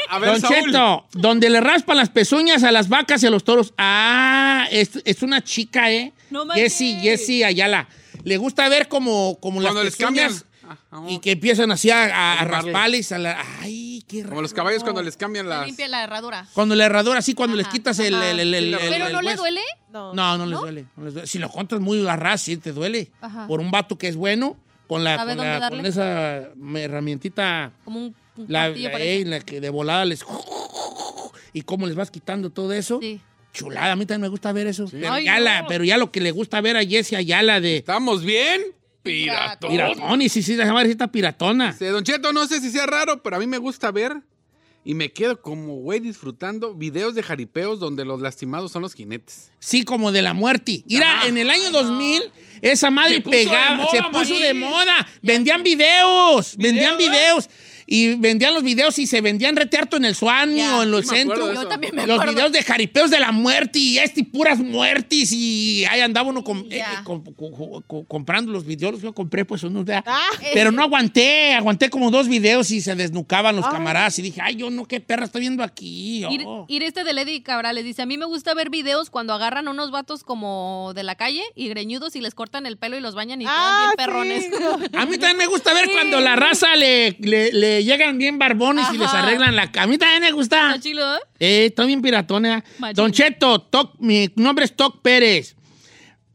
Speaker 3: A ver,
Speaker 1: Don
Speaker 3: Saúl.
Speaker 1: Cheto, donde le raspan las pezuñas a las vacas y a los toros. Ah, es, es una chica, ¿eh?
Speaker 3: No
Speaker 1: Jessie, Jessie Ayala. Le gusta ver como, como las
Speaker 3: Cuando les cambian...
Speaker 1: pezuñas
Speaker 3: ah,
Speaker 1: y que empiezan así a, a- a
Speaker 3: Rasparle.
Speaker 1: rasparles. a la- ay, qué
Speaker 3: Como los caballos cuando les cambian las...
Speaker 2: Limpia la herradura.
Speaker 1: Cuando la herradura, así, cuando les quitas el...
Speaker 2: Ajá.
Speaker 1: el- el- el- el-
Speaker 2: ¿Pero
Speaker 1: el
Speaker 2: no le
Speaker 1: hueso.
Speaker 2: duele?
Speaker 1: No, no les, duele, no les duele. Si lo contas muy a ras, sí te duele.
Speaker 2: Ajá.
Speaker 1: Por un vato que es bueno, con, la,
Speaker 2: ¿Sabe
Speaker 1: con,
Speaker 2: dónde
Speaker 1: la-
Speaker 2: darle?
Speaker 1: con esa herramientita...
Speaker 2: Como un, un
Speaker 1: La,
Speaker 2: platillo
Speaker 1: la-
Speaker 2: para
Speaker 1: ey,
Speaker 2: eso.
Speaker 1: la que de volada les... Y cómo les vas quitando todo eso. Chulada, a mí también me gusta ver eso. Pero,
Speaker 3: Ay,
Speaker 1: ya la-
Speaker 3: no.
Speaker 1: pero ya lo que le gusta ver a Jessie Ayala de...
Speaker 3: ¿Estamos bien? Piratón.
Speaker 1: Piratón, y sí, sí, déjame ver si está piratona.
Speaker 3: Dice, Don Cheto, no sé si sea raro, pero a mí me gusta ver y me quedo como güey disfrutando videos de jaripeos donde los lastimados son los jinetes.
Speaker 1: Sí, como de la muerte. Mira, en el año 2000, esa madre
Speaker 3: Se puso de
Speaker 1: pegaba,
Speaker 3: moda,
Speaker 1: se puso
Speaker 3: Marín.
Speaker 1: de moda. Vendían videos, vendían videos. Y vendían los videos y se vendían retearto en el Suani o en los
Speaker 3: Sí me acuerdo
Speaker 1: centros.
Speaker 3: de eso. Yo también me
Speaker 1: los
Speaker 3: acuerdo.
Speaker 1: videos de jaripeos de la muerte y este, puras muertes. Y ahí andaba uno com- eh, eh, com- co- co- co- comprando los videos. Yo compré pues unos de...
Speaker 3: Ah,
Speaker 2: Ah,
Speaker 3: eh.
Speaker 1: Pero no aguanté, aguanté como dos videos y se desnucaban los camaradas. Y dije, ay, yo no, qué perra estoy viendo aquí.
Speaker 2: Ir,
Speaker 1: oh".
Speaker 2: ir este de Lady Cabrales dice, a mí me gusta ver videos cuando agarran a unos vatos como de la calle y greñudos y les cortan el pelo y los bañan y
Speaker 4: Ah,
Speaker 2: quedan bien
Speaker 4: sí.
Speaker 2: perrones.
Speaker 1: A mí también me gusta ver cuando la raza le, le, le llegan bien barbones y les
Speaker 2: Ajá.
Speaker 1: arreglan la... ca- A mí también me gusta.
Speaker 2: Está chilo, ¿eh?
Speaker 1: Eh, está bien piratona.
Speaker 2: Machín.
Speaker 1: Don Cheto, Toc- mi nombre es Toc Pérez.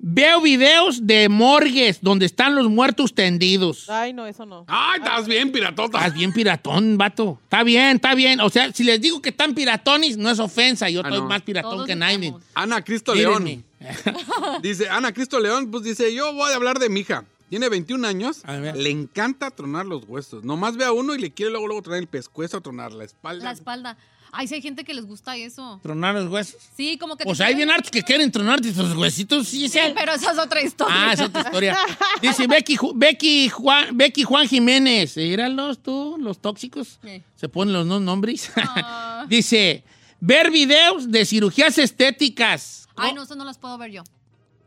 Speaker 1: Veo videos de morgues donde están los muertos tendidos.
Speaker 4: Ay, no, eso no.
Speaker 3: ¡Ay, estás bien, piratota!
Speaker 1: Estás bien piratón, vato. Está bien, está bien. O sea, si les digo que están piratones, no es ofensa. Yo
Speaker 3: Ah,
Speaker 1: estoy
Speaker 3: no.
Speaker 1: más piratón
Speaker 3: Todos
Speaker 1: que nadie.
Speaker 3: Ana Cristo
Speaker 1: Mírenme.
Speaker 3: León. Dice, Ana Cristo León, pues dice, yo voy a hablar de mi hija. Tiene 21 años, le encanta tronar los huesos. Nomás ve a uno y le quiere luego, luego tronar el pescuezo, tronar la espalda.
Speaker 2: La espalda. Ay, sí hay gente que les gusta eso.
Speaker 1: Tronar los huesos.
Speaker 2: Sí, como que...
Speaker 1: Pues
Speaker 2: te-
Speaker 1: hay bien hartos que quieren tronar de sus huesitos. Sí, sí.
Speaker 2: Pero esa es otra historia.
Speaker 1: Ah, es otra historia. Dice Becky, Ju- Becky, Juan, Becky Juan Jiménez. Míralos tú, los tóxicos.
Speaker 2: Eh.
Speaker 1: Se ponen los no nombres.
Speaker 2: Ah.
Speaker 1: Dice, ver videos de cirugías estéticas.
Speaker 2: Ay, no, eso no las puedo ver yo.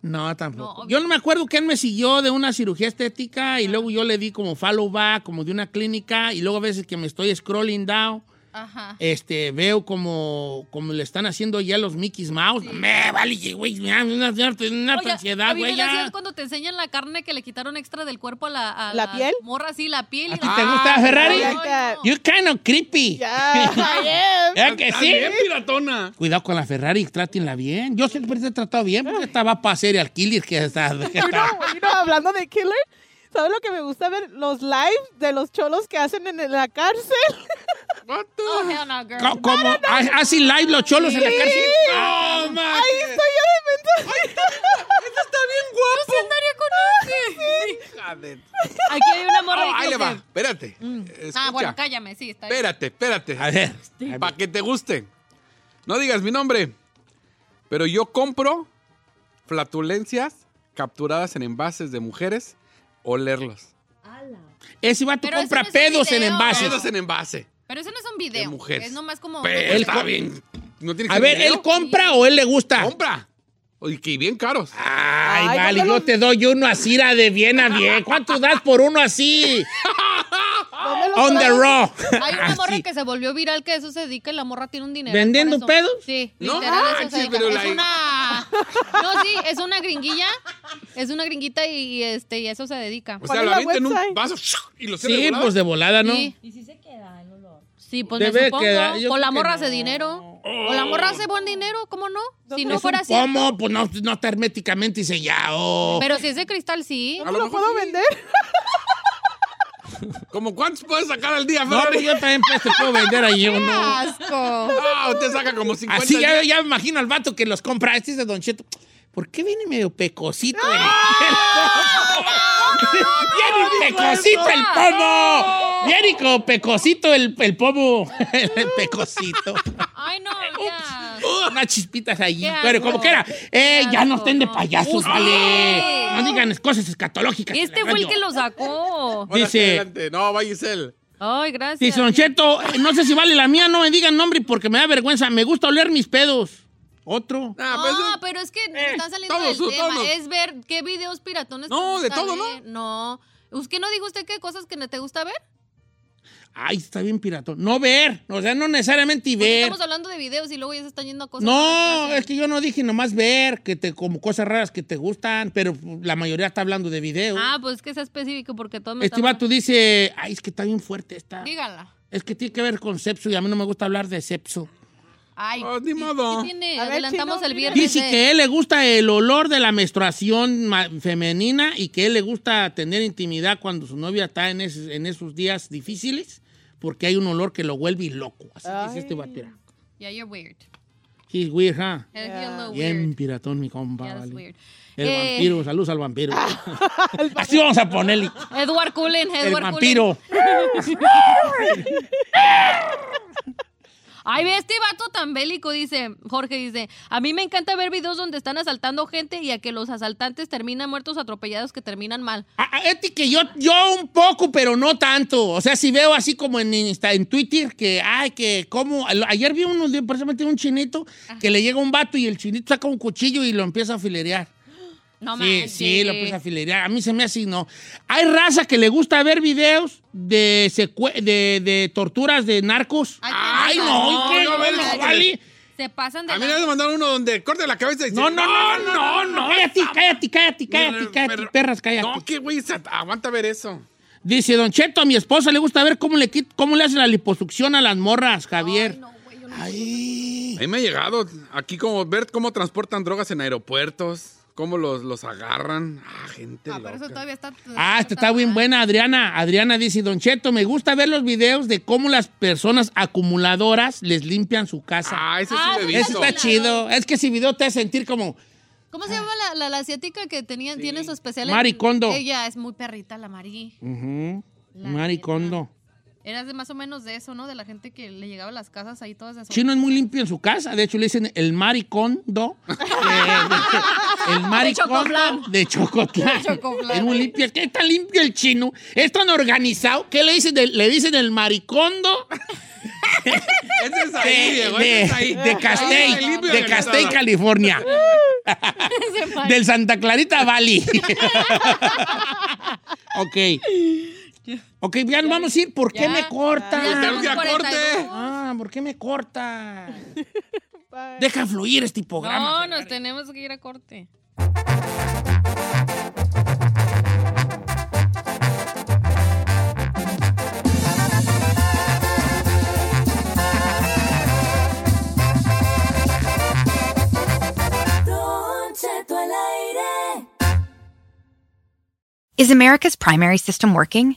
Speaker 1: No, tampoco. yo no me acuerdo quién me siguió de una cirugía estética y luego yo le di como follow back, como de una clínica y luego a veces que me estoy scrolling down
Speaker 2: Ajá.
Speaker 1: Este, veo como, como le están haciendo ya los Mickey's Mouse. Me vale, que, güey, me da una, una
Speaker 2: Oye, a
Speaker 1: ansiedad,
Speaker 2: mí
Speaker 1: güey.
Speaker 2: me da
Speaker 1: ya.
Speaker 2: ansiedad cuando te enseñan la carne que le quitaron extra del cuerpo a la, a
Speaker 4: ¿La piel?
Speaker 2: morra, sí, la piel.
Speaker 1: ¿A ti te gusta Ferrari? You're kind of creepy.
Speaker 4: I
Speaker 1: am. ¿Eh que sí?
Speaker 3: Bien piratona.
Speaker 1: Cuidado con la Ferrari, trátenla bien. Yo siempre te he tratado bien porque esta va para ser el killer que está. que
Speaker 4: You
Speaker 1: está-
Speaker 4: know, you know, hablando de killer, ¿sabes lo que me gusta ver? Los lives de los cholos que hacen en la cárcel.
Speaker 3: What
Speaker 2: Oh, hell no, Oh, girl.
Speaker 1: Co- ¿Cómo? ¿Ha- ¿Hacen live los cholos en la
Speaker 4: Sí.
Speaker 1: cárcel? Ah, ¡No, man!
Speaker 4: Ahí estoy yo de mental.
Speaker 3: está bien
Speaker 2: Yo sí andaría
Speaker 3: guapo.
Speaker 1: Ah,
Speaker 2: con ese. Aquí hay una morra
Speaker 3: Oh, ahí le
Speaker 2: que
Speaker 3: va.
Speaker 2: dice-
Speaker 3: Espérate. Escucha.
Speaker 2: Ah, bueno, Este. cállame, sí, está bien.
Speaker 3: Espérate, espérate.
Speaker 1: A ver.
Speaker 3: Para que te guste. No digas mi nombre. Pero yo compro flatulencias capturadas en envases de mujeres o leerlos.
Speaker 1: Ese vato
Speaker 2: Pero
Speaker 1: compra
Speaker 2: ese no es
Speaker 1: pedos
Speaker 2: un
Speaker 1: en
Speaker 2: video.
Speaker 1: envases.
Speaker 3: Pedos en envase.
Speaker 2: Pero eso no es un video.
Speaker 3: mujeres.
Speaker 2: Es nomás como.
Speaker 3: Pero
Speaker 1: Él
Speaker 3: está
Speaker 1: co-
Speaker 3: bien. No tiene que
Speaker 1: A
Speaker 3: ser
Speaker 1: ver,
Speaker 3: video.
Speaker 1: ¿él compra o él le gusta?
Speaker 3: compra. Y que bien caros.
Speaker 1: Ay,
Speaker 4: Ay,
Speaker 1: vale,
Speaker 4: no, no,
Speaker 1: yo
Speaker 4: no.
Speaker 1: te doy uno así, la de bien a bien. ¿Cuánto das por uno así?
Speaker 4: No me lo
Speaker 1: On the Ah,
Speaker 4: traigas.
Speaker 1: raw.
Speaker 2: Hay una morra
Speaker 1: Así.
Speaker 2: que se volvió viral que eso se dedica y la morra tiene un dinero.
Speaker 1: ¿Vendiendo
Speaker 2: por eso.
Speaker 1: pedos?
Speaker 2: Sí,
Speaker 3: No
Speaker 2: literal, eso se
Speaker 3: manches,
Speaker 2: dedica.
Speaker 3: pero
Speaker 2: Es
Speaker 3: la-
Speaker 2: una. No, sí, es una gringuilla. Es una gringuita y, y, este, y eso se dedica.
Speaker 3: O
Speaker 4: ¿Cuál
Speaker 3: sea,
Speaker 4: es
Speaker 3: lo
Speaker 4: la
Speaker 3: avienta en un
Speaker 4: website?
Speaker 3: vaso y lo cierra de
Speaker 1: Sí,
Speaker 3: volada.
Speaker 1: pues de volada, ¿no?
Speaker 2: Sí.
Speaker 6: ¿Y si se queda el olor? Oh.
Speaker 2: Sí, pues
Speaker 1: Debe
Speaker 2: me supongo.
Speaker 1: quedar- yo
Speaker 2: o
Speaker 1: creo
Speaker 2: la
Speaker 1: que
Speaker 2: morra
Speaker 1: no.
Speaker 2: hace dinero. O la morra hace buen dinero, ¿cómo no? Si no
Speaker 1: Es
Speaker 2: fuera
Speaker 1: un
Speaker 2: así.
Speaker 1: pomo, pues no, no está herméticamente sellado.
Speaker 2: Pero si es de cristal, sí.
Speaker 3: A
Speaker 4: ¿No
Speaker 3: lo
Speaker 4: lo
Speaker 3: mejor
Speaker 4: puedo
Speaker 3: sí.
Speaker 4: vender?
Speaker 3: ¿Cómo cuántos puedes sacar al día,
Speaker 1: No, pues
Speaker 3: Ferrari?
Speaker 1: yo también pues, te puedo vender ahí
Speaker 2: ¡Qué
Speaker 1: uno.
Speaker 2: asco!
Speaker 3: Ah, usted saca como 50.
Speaker 1: Así
Speaker 3: al
Speaker 1: ya,
Speaker 3: día.
Speaker 1: ya me imagino al vato que los compra. Este es de Don Cheto. ¿Por qué viene medio pecosito? el- ¡Viene pecosito el pomo! ¡Viene con pecosito el, el pomo! el pecosito.
Speaker 2: Ay, no, ya.
Speaker 1: Unas chispitas allí.
Speaker 2: Qué
Speaker 1: Pero
Speaker 2: asco.
Speaker 1: como quiera. ¡Eh,
Speaker 2: Qué
Speaker 1: ya no
Speaker 2: asco,
Speaker 1: estén de
Speaker 2: no.
Speaker 1: payasos,
Speaker 2: Usted.
Speaker 1: vale! No digan cosas escatológicas. en
Speaker 2: Este
Speaker 1: la
Speaker 2: fue el
Speaker 1: radio.
Speaker 2: que lo sacó.
Speaker 3: Ahora sí,
Speaker 1: dice-
Speaker 3: adelante. No, va Giselle.
Speaker 2: Ay, gracias.
Speaker 1: Dice Don Cheto, eh, no sé si vale la mía, no me digan nombre porque me da vergüenza. Me gusta oler mis pedos. Otro.
Speaker 3: Ah, pues,
Speaker 1: eh,
Speaker 2: Ah, pero es que nos están saliendo
Speaker 3: todos,
Speaker 2: del tema.
Speaker 3: todos.
Speaker 2: Es ver qué videos piratones. te
Speaker 3: No,
Speaker 2: gusta
Speaker 3: de todo, ¿no?
Speaker 2: ver. No. ¿Usted no dijo usted qué cosas que no te gusta ver?
Speaker 1: Ay, está bien piratón. No ver, o sea, no necesariamente y ver.
Speaker 2: Pues, Estamos hablando de videos y luego ya se están yendo a cosas.
Speaker 1: No,
Speaker 2: que
Speaker 1: es que yo no dije nomás ver, que te como cosas raras que te gustan, pero la mayoría está hablando de video.
Speaker 2: Ah, pues es que sea específico porque todo me
Speaker 1: este
Speaker 2: está-
Speaker 1: vato dice, ay, es que está bien fuerte esta.
Speaker 2: Dígala.
Speaker 1: Es que tiene que ver con sexo y a mí no me gusta hablar de sexo.
Speaker 2: Ay,
Speaker 3: Ah, ni
Speaker 2: ¿qué-
Speaker 3: modo.
Speaker 2: qué tiene?
Speaker 4: A ver,
Speaker 2: Adelantamos
Speaker 4: chino,
Speaker 2: el
Speaker 4: mira.
Speaker 2: viernes.
Speaker 1: Dice
Speaker 2: de-
Speaker 1: que a él le gusta el olor de la menstruación ma- femenina y que a él le gusta tener intimidad cuando su novia está en, esos- en esos días difíciles porque hay un olor que lo vuelve loco. Así dice este vato. mira.
Speaker 2: Yeah, you're weird.
Speaker 1: He's weird, huh?
Speaker 2: Hell, you're a little
Speaker 1: Bien
Speaker 2: weird.
Speaker 1: piratón, mi compa.
Speaker 2: Yeah, that's
Speaker 1: vale.
Speaker 2: weird.
Speaker 1: El
Speaker 2: Eh,
Speaker 1: vampiro, saludos al vampiro. Así vamos a ponerle.
Speaker 2: Edward Cullen,
Speaker 1: El
Speaker 2: Edward Cullen.
Speaker 1: vampiro.
Speaker 2: Ay, ve este vato tan bélico, dice Jorge, dice, a mí me encanta ver videos donde están asaltando gente y a que los asaltantes terminan muertos atropellados que terminan mal.
Speaker 1: Ah, ah, Este que yo, yo un poco, pero no tanto. O sea, si veo así como en Insta- en Twitter, que, ay, que como. Ayer vi uno, de- precisamente un chinito, que le llega un vato y el chinito saca un cuchillo y lo empieza a filerear.
Speaker 2: No
Speaker 1: Sí,
Speaker 2: manches.
Speaker 1: sí, lo empieza a filerear. A mí se me hace no. Hay raza que le gusta ver videos de, secue- de, de torturas de narcos.
Speaker 2: Ay,
Speaker 1: Ay,
Speaker 2: qué
Speaker 1: no,
Speaker 2: asco.
Speaker 1: ¿y qué?
Speaker 3: No, no,
Speaker 1: No,
Speaker 3: no,
Speaker 1: vale.
Speaker 2: Se pasan de
Speaker 3: A mí
Speaker 2: la-
Speaker 3: me mandaron uno donde corte la cabeza y dice,
Speaker 1: No, no, no, no, no. Cállate, cállate, cállate, cállate, cállate,
Speaker 3: Pero-
Speaker 1: perras, cállate.
Speaker 3: No, que güey, sa- aguanta ver eso.
Speaker 1: Dice Don Cheto, a mi esposa le gusta ver cómo le, quit- cómo le hacen la liposucción a las morras, Javier.
Speaker 3: A mí me ha llegado aquí como ver cómo transportan drogas en aeropuertos, cómo los, los agarran. Ah, gente
Speaker 2: Ah, pero eso
Speaker 3: loca.
Speaker 2: todavía está...
Speaker 1: Ah, esta está bien buena, Adriana. Adriana dice, Don Cheto, me gusta ver los videos de cómo las personas acumuladoras les limpian su casa.
Speaker 3: Ah, ese sí
Speaker 2: Ah,
Speaker 3: lo he
Speaker 2: ese
Speaker 1: Eso
Speaker 3: visto.
Speaker 1: está chido. Es que ese video te hace sentir como,
Speaker 2: ¿Cómo
Speaker 1: Ah.
Speaker 2: se llama la, la, la asiática que tenía, tiene su especial? en-
Speaker 1: Marie Kondo.
Speaker 2: Ella es muy perrita, la Mari.
Speaker 1: ujú,
Speaker 2: La
Speaker 1: maricondo.
Speaker 2: Era de más o menos de eso, ¿no? De la gente que le llegaba a las casas ahí todas esas.
Speaker 1: Chino es muy limpio en su casa. De hecho, le dicen el maricondo. eh, de- el maricondo
Speaker 2: Chocotlán.
Speaker 1: de Chocotlán.
Speaker 2: Chocotlán.
Speaker 1: Es muy limpio. Es que es tan limpio el chino. Es tan organizado. ¿Qué le dicen? del- le dicen el maricondo
Speaker 3: Ese es
Speaker 1: de,
Speaker 3: ahí, Diego, ese
Speaker 1: de-
Speaker 3: es ahí.
Speaker 1: de Castell.
Speaker 3: Ahí está limpio y
Speaker 1: de Castell, California.
Speaker 3: organizado.
Speaker 2: Ese Mari.
Speaker 1: del Santa Clarita Valley. ok.
Speaker 7: Ok, ya nos vamos a ir. ¿Por qué
Speaker 2: Ya,
Speaker 7: me corta?
Speaker 2: ya estamos en
Speaker 7: Ah, ¿por qué me corta? Deja fluir este programa.
Speaker 2: No, nos tenemos que ir a corte.
Speaker 8: Don Cheto al aire.
Speaker 9: Is America's primary system working?